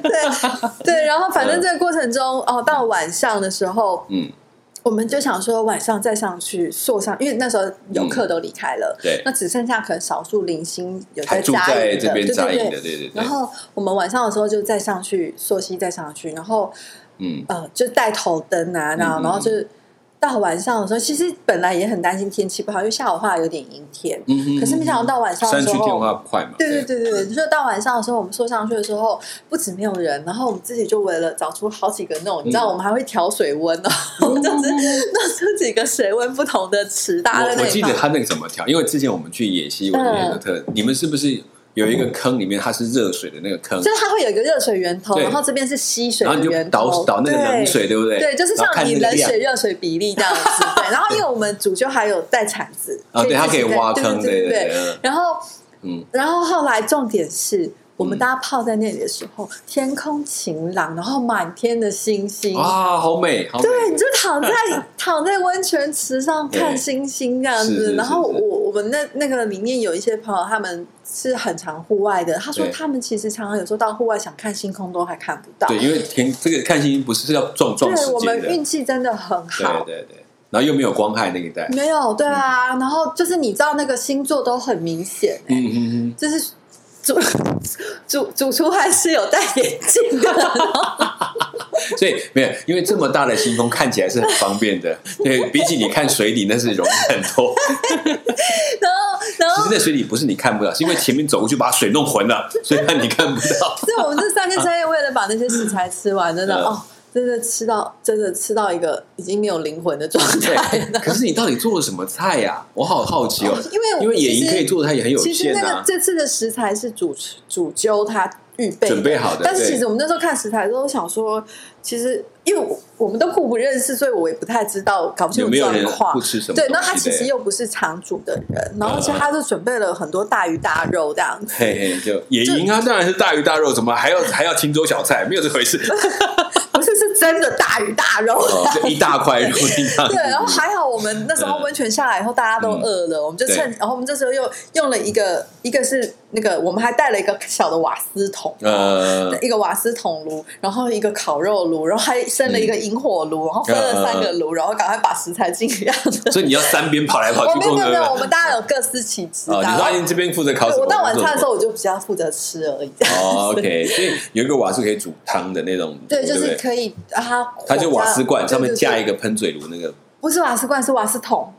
B: 对对，然后反正这个过程中，哦，到晚上的时候，
A: 嗯，
B: 我们就想说晚上再上去坐上，因为那时候游客都离开了，
A: 嗯对，
B: 那只剩下可能少数零星有
A: 还
B: 在
A: 住
B: 扎
A: 在
B: 营
A: 这
B: 的，对
A: 边扎营
B: 对
A: 的，
B: 对。
A: 对对对
B: 然。后我们晚上的时候就再上去溯溪，再上去，然后
A: 嗯，
B: 呃，就带头灯啊，然后、
A: 嗯嗯
B: 然后就是到晚上的时候，其实本来也很担心天气不好，因为下午后来有点阴天，
A: 嗯哼
B: 可是没想到到晚上的
A: 山
B: 时
A: 区变
B: 候。
A: 化快嘛。
B: 对对对对，就到晚上的时候，我们坐上去的时候，不止没有人，然后我们自己就围了找出好几个那种，你知道，
A: 嗯
B: 我们还会调水温哦， 就是弄出几个水温不同的池，大家在
A: 我
B: 那
A: 我
B: 里
A: 记得
B: 放。嗯
A: 他那个怎么调，因为之前我们去野溪玩那个特，你们是不是有一个坑里面它是热水的那个坑
B: 就，是它会有一个热水源头，
A: 对
B: 然后这边是溪水
A: 然后
B: 的
A: 你
B: 源
A: 就倒
B: 头，
A: 倒那个冷
B: 对
A: 水，对不对？
B: 对，就是
A: 然后
B: 像
A: 看
B: 你
A: 那个
B: 冷
A: 量
B: 水、热水比例这样子。对，然后因为我们主修还有带铲子，
A: 啊，对，它可以
B: 自己在
A: 挖坑，
B: 对
A: 对
B: 对对。
A: 对，
B: 然后，
A: 嗯，
B: 然后后来重点是我
A: 嗯
B: 们大家泡在那里的时候，天空晴朗，然后满天的星星。
A: 哇，好美，好美，
B: 对，你就 躺在躺在温泉池上看
A: 对
B: 星星这样
A: 是是
B: 子。然后
A: 是是
B: 我我们那那个里面有一些朋友，他们是很常户外的，他说
A: 对
B: 他们其实常常有时候到户外想看星空都还看不到。
A: 对，因为天这个看星星不是要撞撞时
B: 对我
A: 间
B: 们
A: 的，
B: 运气真的很好
A: 对。对对，然后又没有光害那一带，
B: 没有，对啊，然后就是你知道那个星座都很明显、欸，
A: 嗯嗯
B: 就是 主主主厨还是有戴眼镜的，
A: 嗯，所以没有，因为这么大的星空看起来是很方便的， 对比起你看水里那是容易很 多。
B: 哦然后然
A: 其
B: 后
A: 实，在水里不是你看不到，是因为前面走过去把水弄浑了，所以让你看不 到。
B: 所以我们这三天三夜为了把那些食材吃完，真的
A: 嗯
B: 哦，真的吃到真的吃到一个已经没有灵魂的状态了。
A: 对，可是你到底做了什么菜呀、我好好奇哦，
B: 因为我
A: 因为野
B: 其
A: 营
B: 实
A: 可以做的菜也很有
B: 其实
A: 限
B: 那个
A: 啊。
B: 这次的食材是主主揪他预备的
A: 准备好的
B: 但是
A: 对
B: 其实我们那时候看食材的时候，想说，其实因为我我们都互不认识，所以我也不太知道搞不清
A: 有
B: 楚
A: 没有
B: 状
A: 人
B: 况
A: 不。吃什么东
B: 对
A: 西，的？嗯
B: 那他其实又不是常煮的人，然后而且他就准备了很多大鱼大肉这样子。
A: 嘿嘿，就野营啊，当然是大鱼大肉，怎么还要还要青州小菜？没有这回 事，
B: 不是是真的大鱼大肉。
A: 哦，就一大块肉一样。
B: 对，哦然后还好我哦们那时候温泉下来以后，大家都饿了，我们就趁，然后我们这时候又用了一个一个是那个我们还带了一个小的瓦斯桶，
A: 呃，
B: 一个瓦斯桶炉，然后一个烤肉炉，然后还生了一个引火炉，然后分了三个炉，然后赶快把食材尽量的。
A: 所以你要三边跑来跑
B: 我
A: 去，
B: 没有没有没有，我们
A: 大
B: 大家有各司其职
A: 嗯哦，
B: 的。
A: 你
B: 然后
A: 说你这边负责烤什
B: 对
A: 么？
B: 我到晚
A: 负责
B: 餐的时
A: 什么
B: 候，我就比较负责吃而 已。
A: 哦，OK，所以有一个瓦是可以煮汤的那种，
B: 对，就
A: 不
B: 是
A: 对
B: 可以啊，它
A: 它就瓦斯罐上面架一
B: 个，
A: 个喷嘴炉，那个
B: 不是瓦斯罐，是瓦斯桶。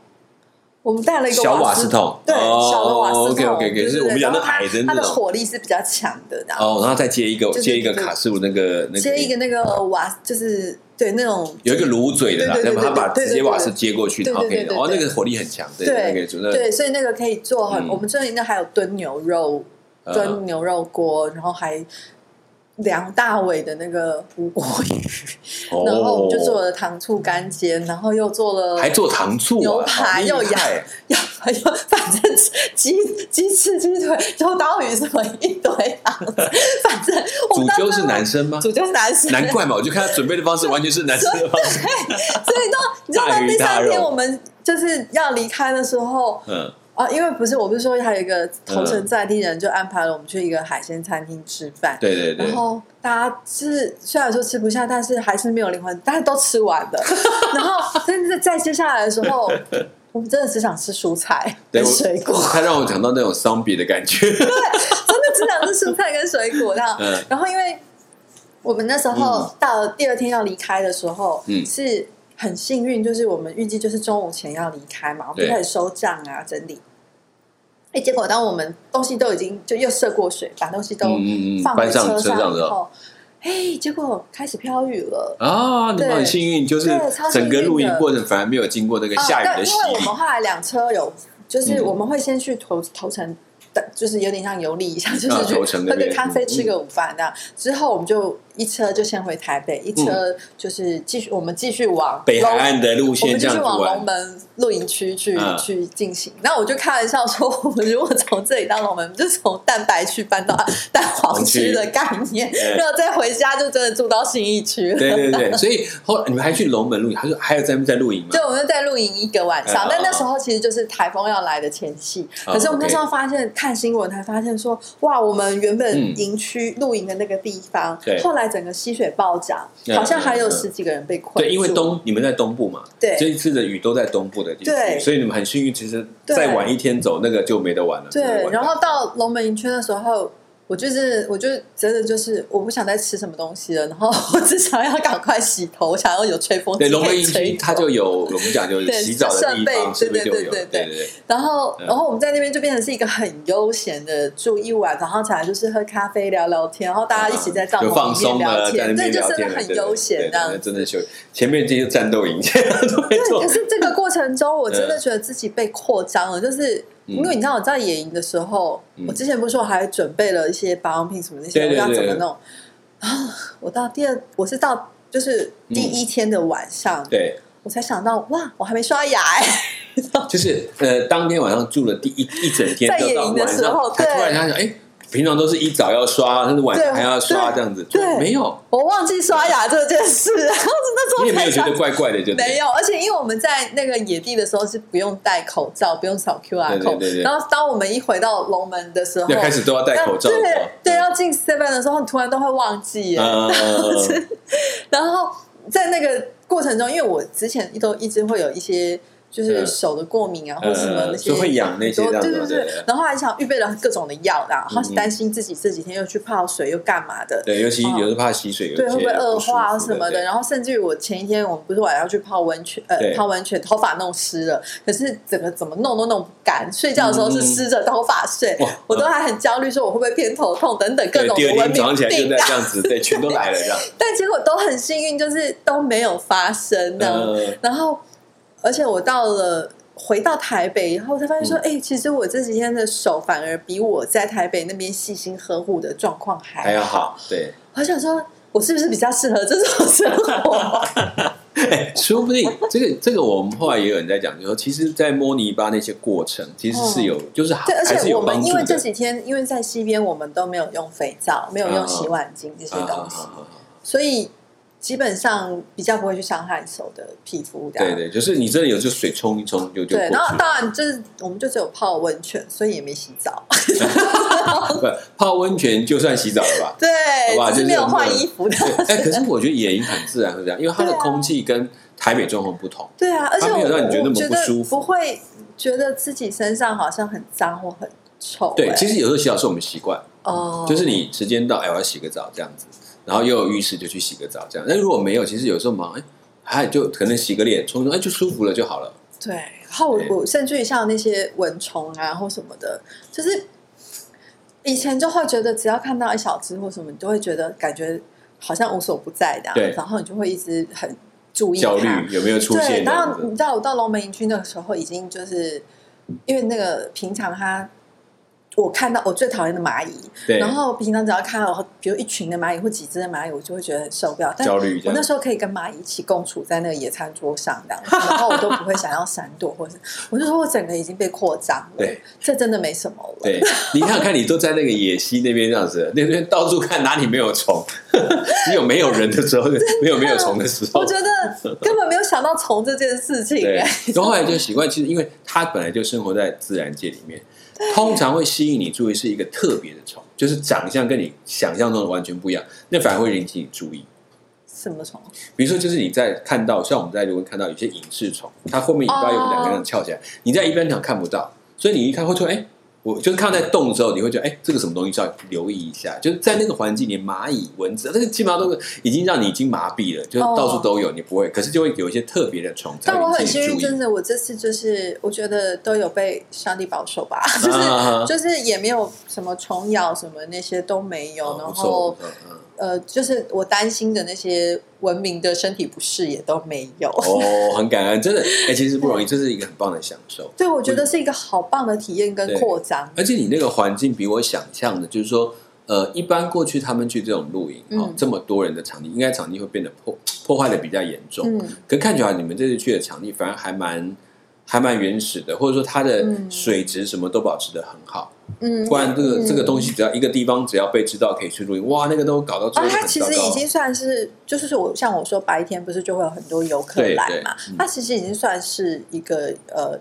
B: 我们带了一个
A: 小
B: 瓦
A: 瓦斯桶
B: 对，
A: 哦
B: 小的瓦斯桶。
A: OK，OK，OK，
B: 对
A: 就
B: 对
A: 是我们
B: 对
A: 讲的
B: 然后它
A: 矮的那
B: 它的
A: 种
B: 火力是比较强的，然后
A: 哦，然后再接一个
B: 啊就是
A: 接一个
B: 那个
A: 卡式炉那个那个
B: 接一个那个瓦，就是对那种
A: 有一个炉嘴的啦，
B: 对
A: 那
B: 对
A: 么
B: 对
A: 他把
B: 对对
A: 直接
B: 对对
A: 瓦斯接过去，
B: 对
A: 然后
B: 对
A: 可以
B: 对对
A: 哦，
B: 对
A: 那个火力很强，对
B: 对
A: 那个煮那
B: 对，所以那个可以做很。
A: 嗯
B: 我们最近那还有炖牛肉，
A: 呃
B: 炖牛肉锅，然后还梁大伟的那个胡锅鱼，然后我们就做
A: 哦，
B: 了糖醋干煎，然后又做了
A: 还做糖醋啊
B: 牛排
A: 好厉
B: 又 羊
A: 害
B: 羊排又反正鸡鸡翅、鸡腿、秋刀鱼什么一堆啊，反正我
A: 主
B: 们到
A: 修
B: 最
A: 是
B: 后
A: 男，生 吗？
B: 主就是男生，
A: 难怪嘛，我就看他准备的方式完全是男生的方式，
B: 所以到你知道
A: 大
B: 到
A: 鱼
B: 第
A: 大
B: 三
A: 肉
B: 天我们就是要离开的时候
A: 嗯，
B: 啊，因为不是我不是说还有一个头
A: 嗯
B: 城在地人就安排了我们去一个海鲜餐厅吃饭，
A: 对对对
B: 然，后大家是虽然说吃不下，但是还是没有灵魂，但是都吃完 的。然后但是在接下来的时候，我们真的只想吃蔬菜
A: 对
B: 跟
A: 我
B: 水果，
A: 他让我想到那种丧比的感觉，
B: 真的只想吃蔬菜跟水果。然后
A: 嗯
B: 然后因为我们那时
A: 嗯
B: 候到了第二天要离开的时候，
A: 嗯
B: 是很幸运，就是我们预计就是中午前要离开嘛，我们
A: 对
B: 就开始收账啊，整理。哎，结果当我们东西都已经就又涉过水，把东西都
A: 嗯嗯嗯
B: 放回
A: 搬上车
B: 上
A: 上的
B: 以后，哎，结果开始飘雨了。
A: 啊，你们
B: 对
A: 很幸运，就是
B: 对超幸
A: 整
B: 运
A: 个露营
B: 的
A: 过程反而没有经过那个
B: 啊，
A: 下雨
B: 但
A: 的
B: 因
A: 洗
B: 为我
A: 礼
B: 们后来两车 有，就是
A: 嗯
B: 我们会先去头头城的，就是有点像游历一下，就是去
A: 头城嗯那
B: 喝
A: 边
B: 个咖啡、
A: 嗯
B: 吃个午饭那样。之后我们就一车就先回台北，一车就是继续我们继续往
A: 嗯北海
B: 龙
A: 岸的路
B: 我
A: 线
B: 们
A: 这样
B: 继续
A: 子
B: 往
A: 玩
B: 龙，门露营区去、
A: 嗯
B: 去进行。那我就开玩笑说，我们如果从这里到龙门，我们就从蛋白区搬到蛋黄区的概念
A: 对，
B: 然后再回家就真的住到信义区了。
A: 对对对，所以后来你们还去龙门露营，还有还有在在露营吗？
B: 对，我们就在露营一个晚
A: 嗯
B: 上，但那
A: 嗯
B: 时候其实就是台风要来的前夕。
A: 嗯
B: 可是我们那
A: OK
B: 时候发现，看新闻才发现说，哇，我们原
A: 嗯
B: 本营区露营的那个地方
A: 对，
B: 后来整个溪水暴涨
A: 嗯，
B: 好像还
A: 嗯
B: 有
A: 嗯
B: 十几个人被困
A: 对，因为
B: 住
A: 东你们在东部嘛，
B: 对
A: 这一次的雨都在东部的地区，
B: 对
A: 所以你们很幸运。其实
B: 对
A: 再晚一天走，那个就没得玩了。真的玩
B: 对，
A: 不
B: 然
A: 了
B: 后到龙门营区的时候。我就是，我就真的就是，我不想再吃什么东西了，然后 我只想要赶快洗头，我想要有吹风机
A: 对龙
B: 可
A: 门
B: 以
A: 营
B: 吹
A: 区，它就有我们讲有
B: 对
A: 洗澡的地方，
B: 设
A: 是
B: 备
A: 不是就有？
B: 对对对
A: 对
B: 对
A: 对，
B: 然后，
A: 嗯
B: 然后我们在那边就变成是一个很悠闲的住一晚，早上起来就是喝咖啡聊聊天，然后大家一起在帐
A: 就放
B: 篷里
A: 松
B: 面聊
A: 了，在那
B: 天，
A: 边
B: 对，就
A: 聊
B: 真
A: 天
B: 的
A: 了，
B: 很
A: 对
B: 悠
A: 对
B: 闲这
A: 对
B: 样
A: 那。真的休。前面这些战斗营，都会
B: 对，
A: 做
B: 可是这个过程中，我真的觉得自己被扩张了，就是
A: 嗯
B: 因为你知道我在野营的时候，
A: 嗯
B: 我之前不是说我还准备了一些保养品什么那些，
A: 对
B: 我
A: 对
B: 要怎
A: 对
B: 么弄啊？我到第二，我是到就是第一天的晚上，
A: 嗯对。
B: 我才想到哇，我还没刷牙哎。
A: 就是呃，当天晚上住了第一一整天，
B: 在
A: 就
B: 野
A: 到
B: 营的
A: 晚
B: 时候
A: 上才突然
B: 对
A: 想想，哎，平常都是一早要刷，但是晚上
B: 对
A: 还要刷
B: 对
A: 这样子，
B: 对
A: 没有，
B: 我忘记刷牙这件事，然后那时候
A: 你也没有
B: 才
A: 觉
B: 想
A: 得怪怪的，就对
B: 没有，而且因为我们在那个野地的时候是不用戴口罩，不用扫 QR
A: 对
B: code。
A: 对对对
B: 然后当我们一回到龙门的时候，
A: 要开始都要戴口罩，
B: 对
A: 了。
B: 对，要进 seven 的时候，你突然都会忘记耶。
A: 嗯，
B: 然后在那个过程中，因为我之前都一直会有一些。就是
A: 嗯
B: 手的过敏啊，或者什么那些
A: 就会痒那些这样
B: 对
A: 子对
B: 对
A: 对
B: 对。然后还想预备了各种的药啦，然后
A: 嗯嗯
B: 担心自己这几天又去泡水又干嘛的，
A: 对，尤其有时候怕洗水，有
B: 哦对，
A: 一些
B: 会不会恶化啊
A: 不舒服
B: 什么的？
A: 对
B: 然后甚至于我前一天我们不是晚上去泡温泉，
A: 对
B: 呃，泡温泉头发弄湿了，可是整个怎么弄都弄不干，睡觉的时候是湿着头发睡，
A: 嗯哇
B: 我都还很焦虑，说我会不会偏头痛等等各
A: 对
B: 种
A: 第
B: 的
A: 二
B: 文
A: 天早上起
B: 明
A: 来就
B: 病
A: 在
B: 啊，
A: 这样子，对，全都来了这 样。
B: 但结果都很幸运，就是都没有发生呢。
A: 嗯，
B: 然后，而且我到了。回到台北以后，才发现说，
A: 嗯
B: 哎、其实我这几天的手反而比我在台北那边细心呵护的状况
A: 还
B: 还
A: 要好， 对，
B: 我想说，我是不是比较适合这种生活？
A: 哎，说不定这个这个我们后来也有人在讲，就说其实，在摸泥巴那些过程，其实是有，就是好
B: 嗯对，而
A: 还是
B: 且
A: 有
B: 我
A: 帮
B: 们
A: 助
B: 因为这
A: 的。
B: 几天，因为在
A: 嗯
B: 西边，我们都没有用肥皂，没有用洗碗巾这些
A: 啊
B: 东西，
A: 啊啊啊
B: 所以基本上比较不会去伤害手的皮肤的。
A: 对对，就是你真的有就水冲一冲就就过
B: 对，然
A: 去
B: 后
A: 了。
B: 当然就是我们就只有泡温泉，所以也没洗澡。
A: 不泡温泉就算洗澡了 吧？
B: 对
A: 好，吧
B: 只
A: 就是
B: 没有
A: 我们
B: 换
A: 的
B: 衣服的。
A: 哎，可是我觉得野营很自然会这样，因为它的
B: 对啊
A: 空气跟台北状况不同。
B: 对啊，而且
A: 它没
B: 我
A: 有让你觉得那
B: 我
A: 么
B: 觉
A: 不舒
B: 得
A: 服
B: 不会觉得自己身上好像很脏或很臭、
A: 对
B: 哎，
A: 其实有时候洗澡是我们习惯，
B: 哦，
A: 就是你时间到，哎，我要洗个澡这样子，然后又有浴室就去洗个澡这样。但如果没有，其实有时候忙，哎，还就可能洗个脸冲冲，哎，就舒服了就好了。
B: 对，然后我
A: 对
B: 我甚至于像那些蚊虫啊或什么的，就是以前就会觉得只要看到一小只或什么，你就会觉得感觉好像无所不在的、啊
A: 对，
B: 然后你就会一直很注意它
A: 焦虑有没有出
B: 啊对，
A: 现这
B: 然
A: 样
B: 后你
A: 子？
B: 知道我到龙门营区那个时候，已经就是因为那个平常他。我看到我最讨厌的蚂蚁，
A: 对，
B: 然后平常只要看到，比如一群的蚂蚁或几只的蚂蚁，我就会觉得很受不了。但
A: 焦虑这
B: 我那
A: 样。
B: 时候可以跟蚂蚁一起共处在那个野餐桌上，这样，然后我都不会想要闪躲，或者是我就说我整个已经被扩张了
A: 对，
B: 这真的没什么了。
A: 对，你想想看，你都在那个野溪那边这样子， 那边到处看哪里没有虫， 只有没有人的时候，没有没有虫的时候
B: 啊我。觉得根本没有想到虫这件事情、
A: 对
B: 哎，
A: 然后后来就习惯，其实因为它本来就生活在自然界里面，通常会吸引你注意是一个特别的虫，就是长相跟你想象中的完全不一样，那反而会引起你注意。
B: 什么虫？
A: 比如说，就是你在看到，像我们在如果看到有些影视虫，它后面尾巴有
B: 哦
A: 两个人翘起来，你在一般场看不到，所以你一看会突然哎。我就是看到在动的时候，你会觉得哎、这个什么东西稍微留意一下。就是在那个环境，连蚂蚁、蚊子，这个基本上都是已经让你已经麻痹了，就是到处都有，你不会。可是就会有一些特别的虫，才
B: 但我
A: 会
B: 很
A: 引起
B: 幸
A: 你
B: 运，
A: 注意。
B: 真的，我这次就是我觉得都有被上帝保守吧，就是、
A: 啊
B: 就是也没有什么虫咬什么那些都没有，然
A: 不
B: 后
A: 错，嗯嗯
B: 呃，就是我担心的那些文明的身体不适也都没有。
A: 哦，很感恩，真的，哎、其实不容易，这是一个很棒的享受。
B: 对，我觉得是一个好棒的体验跟
A: 对
B: 扩张。
A: 而且你那个环境比我想象的，就是说，呃，一般过去他们去这种露营，哦，
B: 嗯
A: 这么多人的场地，应该场地会变得破破坏的比较严重。
B: 嗯，
A: 可看起来你们这次去的场地反而还蛮还蛮原始的，或者说它的
B: 嗯
A: 水质什么都保持的很好。
B: 嗯，
A: 不然这个、
B: 嗯
A: 这个东西，只要一个地方只要被知道可以去露营，哇，那个都搞到最
B: 啊，
A: 后
B: 它
A: 很
B: 其
A: 糟
B: 实已
A: 糕。
B: 经算是，就是说我像我说白天不是就会有很多游客
A: 对
B: 来
A: 对
B: 嘛
A: 嗯，
B: 它其实已经算是一个呃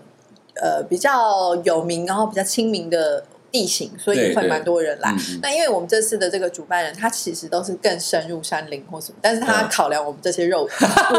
B: 呃比较有名，然后比较亲民的地形，所
A: 对
B: 以会
A: 对
B: 蛮多人来。
A: 嗯嗯
B: 那因为我们这次的这个主办人，他其实都是更深入山林或什么，但是他
A: 嗯
B: 考量我们这些肉，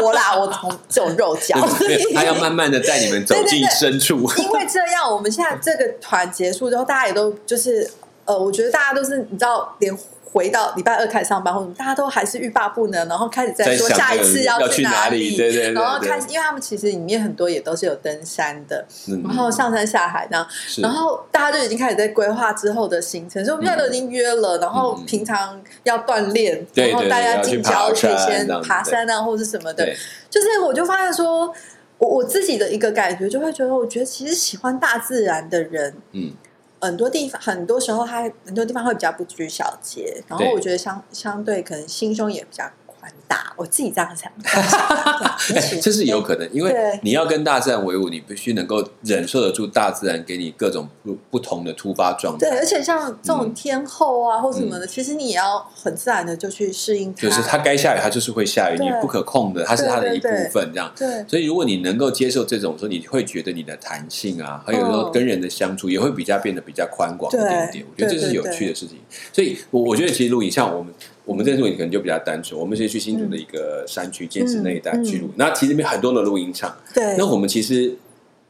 B: 我啦，我从这种肉脚，
A: 对，他要慢慢的带你们走
B: 对对
A: 进
B: 对
A: 深 处。
B: 因为这样，我们现在这个团结束之后，大家也都就是呃，我觉得大家都是你知道，连回到礼拜二开始上班或者什么，大家都还是欲罢不能，然后开始在说
A: 在想
B: 下一次
A: 要去
B: 去
A: 哪里
B: 里，
A: 对对对
B: 然后
A: 对
B: 开始，因为他们其实里面很多也都是有登山的，
A: 嗯
B: 然后上山下海这样，
A: 是
B: 然后大家就已经开始在规划之后的行程，所以我们现在都已经约了，然后平常要锻炼，
A: 嗯对
B: 然后大
A: 对对
B: 家
A: 要去
B: 进郊可
A: 爬
B: 以
A: 山
B: 先
A: 这样子
B: 爬山啊，或者什么的
A: 对，
B: 就是我就发现说，我我自己的一个感觉就会觉得，我觉得其实喜欢大自然的人，
A: 嗯，
B: 很多地方很多时候他很多地方会比较不拘小节，然后
A: 对
B: 我觉得相相对可能心胸也比较宽大，我自己这样想，
A: 哎、
B: 对
A: 这是有可能，因为
B: 对
A: 你要跟大自然为伍，你必须能够忍受得住大自然给你各种不不同的突发状
B: 对，
A: 态
B: 而。且像这
A: 嗯
B: 种天候啊或什么的，其实你也要很自然的就去适应它，
A: 就是它该下雨，它就是会下雨，
B: 对
A: 你不可控的，它是它的一部分这样。
B: 对。
A: 所以，如果你能够接受这种说，你会觉得你的弹性啊，还有说
B: 嗯
A: 跟人的相处，也会比较变得比较宽广一点点
B: 对。
A: 我觉得这是有趣的事情。所以，我我觉得其实露营，像我们我们这次露营可能就比较单纯，我们是去新竹的一个山区剑石那一带
B: 嗯嗯
A: 去露营，那其实里面很多的露营场，
B: 对，
A: 那我们其实，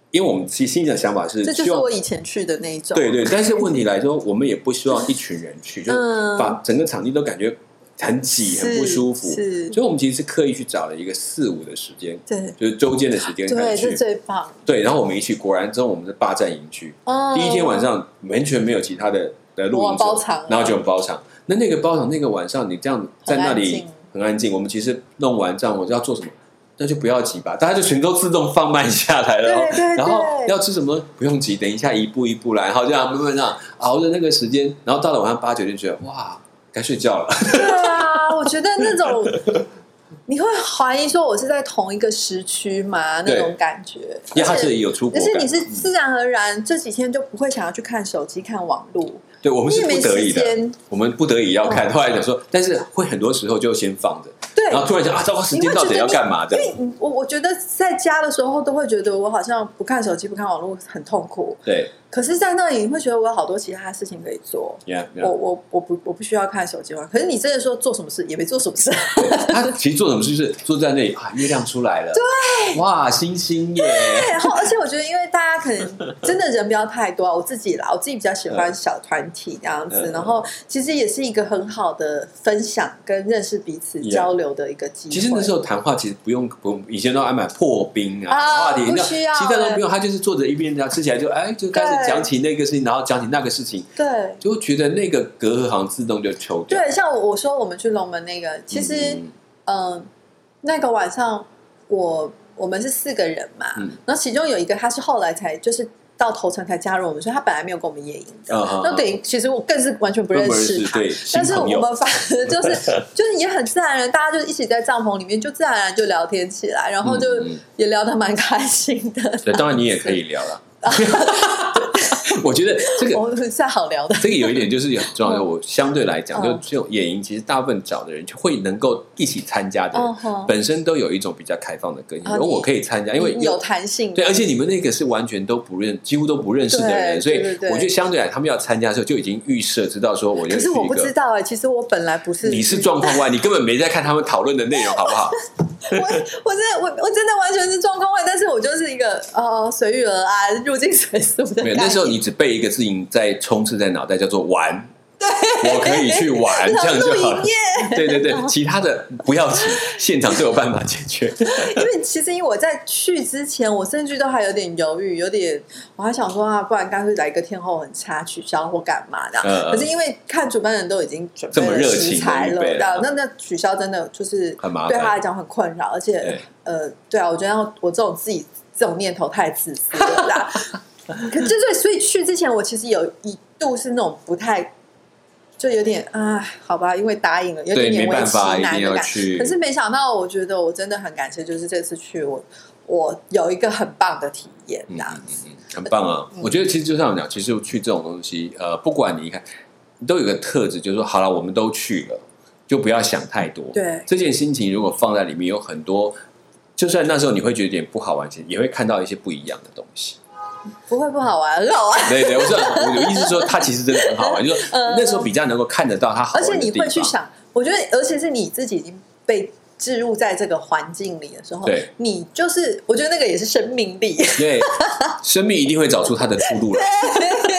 A: 因为我们其实心里的想法是，
B: 哎这就
A: 希
B: 是
A: 望
B: 我以前去的那一种。
A: 对对，但是问题来说，我们也不希望一群人 去，就是
B: 嗯
A: 把整个场地都感觉很挤、
B: 是
A: 很不舒服。
B: 是
A: 所以我们其实是刻意去找了一个四五的时间，
B: 对
A: 就是周间的时间开
B: 对，
A: 始
B: 是
A: 去。
B: 最棒。
A: 对，然后我们一去，果然之后我们是霸占营区，
B: 哦
A: 第一天晚上完全没有其他的的露营
B: 哇
A: 者
B: 包场啊
A: 然后就包场。那那个包场那个晚上，你这样在那
B: 很安
A: 里
B: 静
A: 很安静。我们其实弄完账，我就要做什么？那就不要急吧，大家就全都自动放慢下来了哦。
B: 对对
A: 然后
B: 对
A: 要吃什么不用急，等一下一步一步来，然后这样慢慢这样熬着那个时间，然后到了晚上八九点，觉得哇，该睡觉了。
B: 对啊，我觉得那 种你会怀疑说我是在同一个时区吗？那
A: 对
B: 种感觉。
A: 因为他
B: 而
A: 自己
B: 且
A: 有出国
B: 而
A: 感，
B: 且你是自然而然这几天就不会想要去看手机、看网络，
A: 对我们
B: 你
A: 是
B: 也没
A: 不得已
B: 时
A: 的，
B: 间。哦
A: 我们不得已要看。后来想说，但是会很多时候就先放着，
B: 对，
A: 然后突然想啊，糟糕，时
B: 你
A: 间
B: 会
A: 到
B: 觉
A: 底
B: 得
A: 要干嘛？这
B: 因
A: 样
B: 为你我我觉得在家的时候都会觉得我好像不看手机、不看网络很痛苦，
A: 对
B: 可是，在那里你会觉得我有好多其他的事情可以做。
A: ，yeah，,
B: 我
A: yeah
B: 我我不我不需要看手机玩，可是你真的说做什么事也没做什么事，
A: 他其实做什么事就是坐在那里啊，月亮出来了，对，哇，星星耶，
B: 然后而且我觉得，因为大家可能真的人不要太多啊，我自己啦，我自己比较喜欢小团体这样子，
A: 嗯
B: 然后其实也是一个很好的分享跟认识彼此
A: Yeah
B: 交流的一个机会。
A: 其实那时候谈话其实不用不用，以前都安排破冰啊，
B: 啊
A: 话题
B: 不
A: 那
B: 需要
A: 其他都不用，他就是坐着一边聊，吃起来就哎就开始
B: 对
A: 讲起那个事情，然后讲起那个事情，
B: 对
A: 就觉得那个隔阂好像自动就抽掉。
B: 对，像我说我们去龙门那个，其实
A: 嗯嗯
B: 嗯、呃那个晚上我我们是四个人嘛，
A: 嗯
B: 然后其中有一个他是后来才就是到头城才加入我们，所以他本来没有跟我们夜营的，
A: 嗯嗯嗯
B: 那等于其实我更是完全
A: 不
B: 不认
A: 识
B: 识他。
A: 对，
B: 但
A: 新
B: 是我
A: 朋 友
B: 们反而就是 就是也很自然然，大家就一起在帐篷里面就自然而然就聊天起来，然后就
A: 嗯嗯
B: 也聊得蛮开心的。
A: 对，当然你也可以聊 了。 我觉得这个
B: 我们是好聊的，
A: 这个有一点就是很重要的，
B: 嗯
A: 我相对来讲，就
B: 嗯
A: 这种野营，其实大部分找的人就会能够一起参加的
B: 嗯哼
A: 人，本身都有一种比较开放的个性，
B: 啊
A: 而我
B: 你
A: 可以参加，因为
B: 嗯有弹性，
A: 对，而且你们那个是完全都不认，几乎都不认识的人，
B: 对
A: 所以
B: 对对对
A: 我觉得相对来，他们要参加的时候就已经预设知道说，我就
B: 可
A: 是
B: 是
A: 一
B: 我不知
A: 个。
B: 道哎、其实我本来不是，
A: 你是状况外，你根本没在看他们讨论的内容，好不好？
B: 我真的我我真的完全是状况外，但是我就是一个呃随遇而安、入境随俗的概
A: 没 有，
B: 念。
A: 那时候你只被一个事情在充斥在脑袋，叫做玩。我可以去玩，
B: 就
A: 这
B: 想
A: 样
B: 露
A: 就好
B: 营
A: 了。
B: 业，
A: 对对对，其他的不要紧，现场就有办法解决。
B: 因为其实因为我在去之前，我甚至都还有点犹豫，有点我还想说啊，不然干脆来一个天后很差取消或干嘛的。
A: 嗯嗯
B: 可是因为看主办人都已经准备
A: 这么
B: 了
A: 热
B: 食
A: 情
B: 材
A: 的预
B: 了，
A: 备
B: 对啊
A: 了嗯
B: 那那取消真的就是
A: 很麻烦
B: 对他来讲很困扰，而且
A: 对
B: 呃，对啊，我觉得我这种自己这种念头太自私 了啦。可就是所以去之前，我其实有一度是那种不太。就有点啊，好吧，因为答应了，有
A: 对，
B: 点
A: 没
B: 勉为
A: 办
B: 其
A: 法，一
B: 难
A: 定
B: 的
A: 要
B: 感觉。
A: 去。
B: 可是没想到，我觉得我真的很感谢，就是这次去我我有一个很棒的体验
A: 嗯，嗯
B: 啦。
A: 嗯嗯，很棒啊！我觉得其实就像我讲，其实去这种东西，呃，不管你看，都有个特质，就是说，好了，我们都去了，就不要想太多。
B: 对
A: 这件心情如果放在里面，有很多，就算那时候你会觉得有点不好玩，其实也会看到一些不一样的东西。嗯
B: 不会不好玩，很好玩。
A: 对对，我知道，我的意思是说，它其实真的很好玩，就是说
B: 嗯
A: 那时候比较能够看得到它好
B: 呃而
A: 玩的
B: 且
A: 地方。
B: 你会去想，我觉得，而且是你自己已经被置入在这个环境里的时候
A: 对，
B: 你就是我觉得那个也是生命力，自
A: 对，生命一定会找出它的出路来，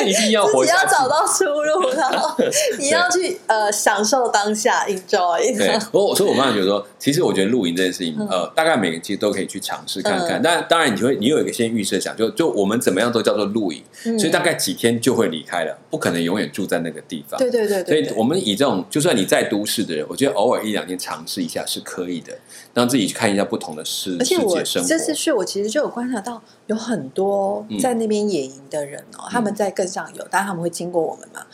A: 一定要 活
B: 己
A: 下
B: 要
A: 去。
B: 找到出路，然 后你要去呃享受当下，enjoy。
A: 对，我所以我刚才觉得说，其实我觉得露营这件事情，呃，大概每个人其实都可以去尝试看看。
B: 嗯
A: 但当然，你会你有一个先预设想，就就我们怎么样都叫做露营，
B: 嗯
A: 所以大概几天就会离开了，不可能永远住在那个地方。
B: 对对对
A: 所
B: 对
A: 以
B: 对，
A: 我们以这种，就算你在都市的人，我觉得偶尔一两天尝试一下是可以的，让自己去看一下不同的世
B: 而且
A: 世
B: 我
A: 界生活。
B: 这次去，我其实就有观察到有很多
A: 嗯
B: 在那边野营的人哦，他们在更上游，但他们会经过我们嘛，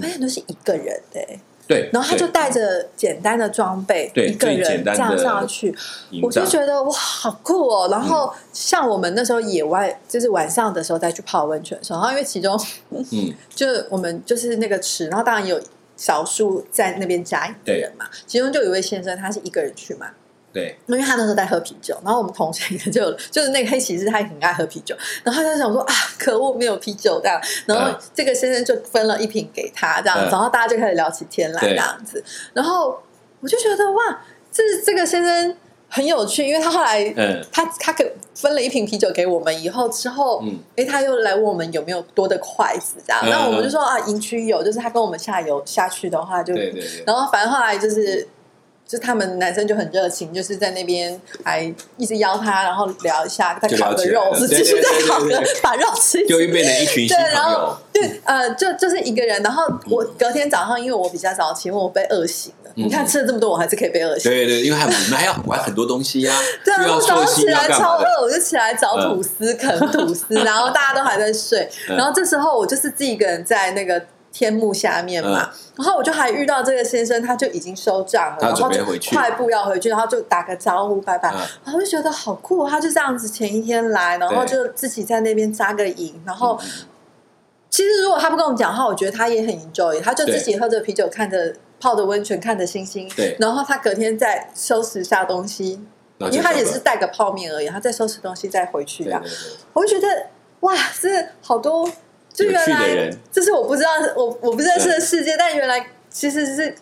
B: 发现都是一个人的、欸
A: 嗯对，
B: 然后他就
A: 对
B: 带着简单的装备，
A: 对
B: 一个
A: 最
B: 人
A: 简
B: 这
A: 单的
B: 样上去，
A: 营
B: 我就
A: 帐嗯
B: 觉得哇，好酷哦！然后像我们那时候野外，就是晚上的时候再去泡温泉的时候，然后因为其中
A: 嗯，
B: 就是我们就是那个池，然后当然有少数在那边加一个人嘛，其中就有一位先生他是一个人去嘛，
A: 对，
B: 因为他那时候在喝啤酒，然后我们同学就 有就是那个黑骑士，他也很爱喝啤酒，然后他就想说啊，可恶，没有啤酒这样，然后
A: 嗯
B: 这个先生就分了一瓶给他这样，
A: 嗯
B: 然后大家就开始聊起天来
A: 对
B: 这样子，然后我就觉得哇，这这个先生很有趣，因为他后来、
A: 嗯
B: 他他给分了一瓶啤酒给我们以后之后，
A: 嗯
B: 哎、他又来问我们有没有多的筷子这样，
A: 嗯
B: 那、我们就说啊，营区有，就是他跟我们下游下去的话就
A: 对对对。
B: 然后反正后来就是，就他们男生就很热情，就是在那边还一直邀他，然后聊一下，再
A: 就
B: 烤
A: 了
B: 个
A: 解
B: 肉
A: 了，
B: 是
A: 对
B: 继续
A: 对
B: 再
A: 对对
B: 烤个
A: 对，
B: 把肉吃一吃
A: 就会变成一群新
B: 对，
A: 朋
B: 然后
A: 友，
B: 对，呃，就就是一个人。然后
A: 嗯
B: 我隔天早上，因为我比较早起，因为我被饿醒了。你看吃了这么多，我还是可以被饿醒。
A: 对对，因为还你们还要玩很多东西呀，
B: 对啊，
A: 又要
B: 我早
A: 做
B: 上
A: 新
B: 起
A: 要
B: 来
A: 干
B: 超
A: 嘛的？
B: 饿，我就起来找吐司啃吐司，然后大家都还在睡，
A: 嗯
B: 然后这时候我就是自己一个人在那个。天幕下面嘛，然后我就还遇到这个先生，他就已经收账了，
A: 嗯他
B: 然
A: 准
B: 后
A: 备
B: 就
A: 回去
B: 快步要回去，然后就打个招呼拜拜，
A: 嗯
B: 然后就觉得好酷哦，他就这样子前一天来，然后
A: 对
B: 就自己在那边扎个营，然后其实如果他不跟我们讲话，我觉得他也很 enjoy，他就自己喝着啤酒看着。泡的温泉，看的星星，
A: 对
B: 然后他隔天再收拾一下东西，
A: 然后就
B: 因为他也
A: 走
B: 是
A: 了
B: 带个泡面而已，他再收拾东西再回去
A: 对
B: 这
A: 对
B: 样。
A: 对，
B: 我就觉得哇，这好多就
A: 有
B: 原
A: 趣的
B: 来
A: 人
B: 这是我不知道我我不认识的
A: 对
B: 世界，但原来其实是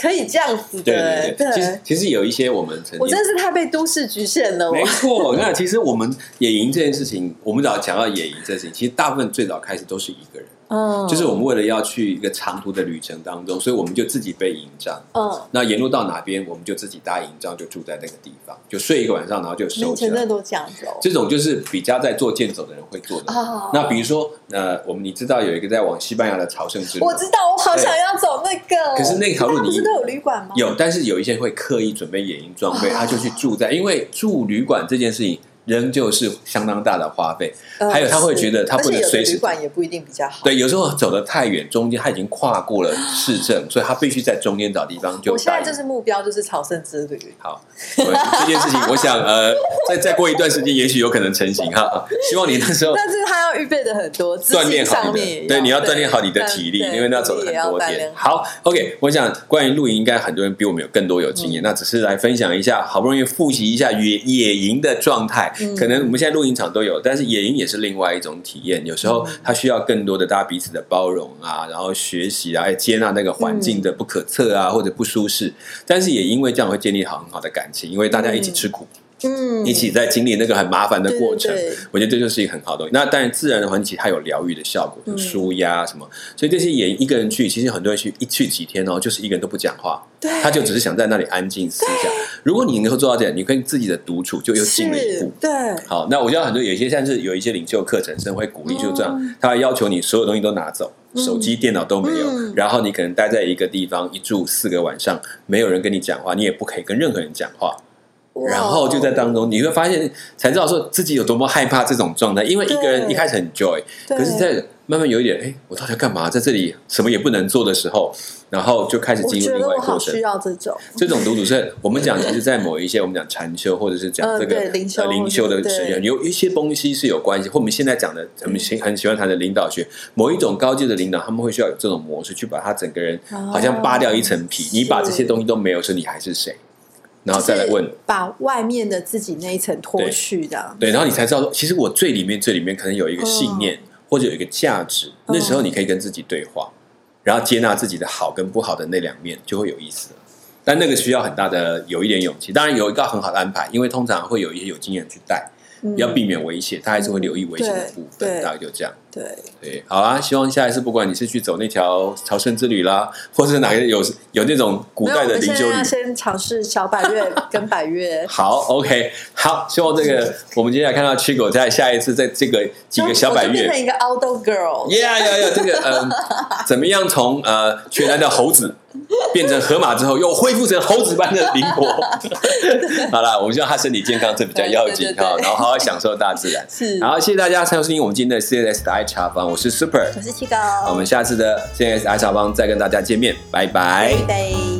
B: 可以这样子的，欸
A: 对对对，其实其实有一些我们曾
B: 我
A: 经
B: 真。的是太被都市局限了，我
A: 没错， 那其实我们野营这件事情，我们只要讲到野营这件事情，其实大部分最早开始都是一个人，
B: 嗯，
A: 就是我们为了要去一个长途的旅程当中，所以我们就自己背营帐，
B: 嗯，
A: 那沿路到哪边，我们就自己搭营帐，就住在那个地方，就睡一个晚上，然后就
B: 你
A: 收
B: 以
A: 起
B: 前真的
A: 来。
B: 都这样子哦，
A: 这种就是比较在做健走的人会做的。
B: 啊，
A: 那比如说，呃，我们你知道有一个在往西班牙的朝圣之路
B: 我，知道，我好想要走那个，
A: 可是那条路
B: 他不
A: 你
B: 是都有旅馆吗？
A: 有，但是有一些人会刻意准备野营装备，
B: 啊
A: 他就去住在，因为住旅馆这件事情仍旧是相当大的花费，
B: 嗯，
A: 还有他会觉得他
B: 是
A: 不能
B: 而且有的
A: 随时
B: 旅馆也不一定比较好。
A: 对，有时候走得太远，中间他已经跨过了市 政，所以他必须在中间找地方就
B: 我现
A: 搭
B: 在
A: 营。
B: 就是目标就是朝圣之旅，
A: 好，我这件事情，我想呃，再再过一段时间，也许有可能成型哈。希望你那 时候
B: 但是他要预备的很多，自
A: 锻
B: 信
A: 炼好
B: 上
A: 你
B: 面也
A: 的，对，你要锻炼好你的体力，
B: 对
A: 因为那走了
B: 体
A: 很
B: 力也要
A: 多
B: 锻
A: 天
B: 炼。好。
A: 好，OK，我想关于露营，应该很多人比我们有更多有经
B: 嗯
A: 验。那只是来分享一下，好不容易复习一下野野营的状态。
B: 嗯
A: 可能我们现在露营场都有，但是野营也是另外一种体验。有时
B: 嗯
A: 候它需要更多的大家彼此的包容啊，然后学习啊，还有接纳那个环境
B: 嗯
A: 的不可测啊，或者不舒适。但是也因为这样会建立好很好的感情，因为大家一起吃苦，
B: 嗯，
A: 一起在经历那个很麻烦的过程。
B: 对对对
A: 我觉得这就是一个很好的东西。那当然，自然的环境其实它有疗愈的效果，
B: 嗯
A: 有舒压什么。所以这些也一个人去，其实很多人去一去几天哦，就是一个人都不讲话，
B: 对
A: 他就只是想在那里安静思想。如果你能够做到这样，你跟自己的独处就又近了一
B: 是
A: 步，。
B: 对，
A: 好，那我知道很多有一些像是有一些领袖课程，甚至会鼓励就这
B: 哦
A: 样，他会要求你所有东西都拿走，手机、电脑都没有，
B: 嗯
A: 然后你可能待在一个地方一住四个晚上，没有人跟你讲话，你也不可以跟任何人讲话，
B: 哇哦
A: 然后就在当中，你会发现才知道说自己有多么害怕这种状态，因为一个人
B: 对
A: 一开始很 joy，
B: 对
A: 可是，在慢慢有一点，哎，我到底要干嘛？在这里什么也不能做的时候，然后就开始
B: 我
A: 进入
B: 觉
A: 另
B: 得
A: 外一
B: 我
A: 个过
B: 好
A: 程
B: 需。要这种，
A: 这种独处是，我们讲，其实，在某一些我们讲禅修，或者是讲
B: 嗯
A: 这个
B: 对灵修
A: 呃灵修的
B: 对嗯
A: 神学，有一些东西是有关系，或我们现在讲的，我们喜很喜欢谈的领导学，某一种高级的领导，他们会需要有这种模式，去把他整个人
B: 哦
A: 好像扒掉一层皮，你把这些东西都没有时，你还是谁？然后再来问，
B: 把外面的自己那一层脱
A: 对
B: 去的，
A: 对，然后你才知道说，其实我最里面最里面可能有一个
B: 嗯
A: 信念，或者有一个价值，那时候你可以跟自己对话，然后接纳自己的好跟不好的那两面，就会有意思了。但那个需要很大的有一点勇气，当然有一个很好的安排，因为通常会有一些有经验人去带，
B: 嗯
A: 要避免危险，他还是会留意危险的
B: 对
A: 部分，
B: 对
A: 大概就这样。
B: 对，
A: 对，好啦，希望下一次不管你是去走那条朝圣之旅啦，或是哪个有有那种古
B: 没有，
A: 代
B: 我
A: 的
B: 们
A: 灵
B: 现
A: 修
B: 在
A: 旅
B: 要，先尝试小百月跟百月，
A: 好，OK，好，希望这个我们接下来看到七狗在下一次在这个几个小百
B: 我就变成
A: 月
B: 一个 outdoor girl，
A: ，Yeah Yeah Yeah，这个嗯、怎么样从呃全然的猴子变成河马之后，又恢复成猴子般的灵 活？好啦，我们希望他身体健康，这比较要紧
B: 对对对
A: 哈，然后好好享受大自然。
B: 是
A: 好，谢谢大家参与收听我们今天的 CNS 的爱茶坊，我是 Super，
B: 我是七哥，
A: 我们下次的 CNS 爱茶坊再跟大家见面，拜拜
B: 拜拜。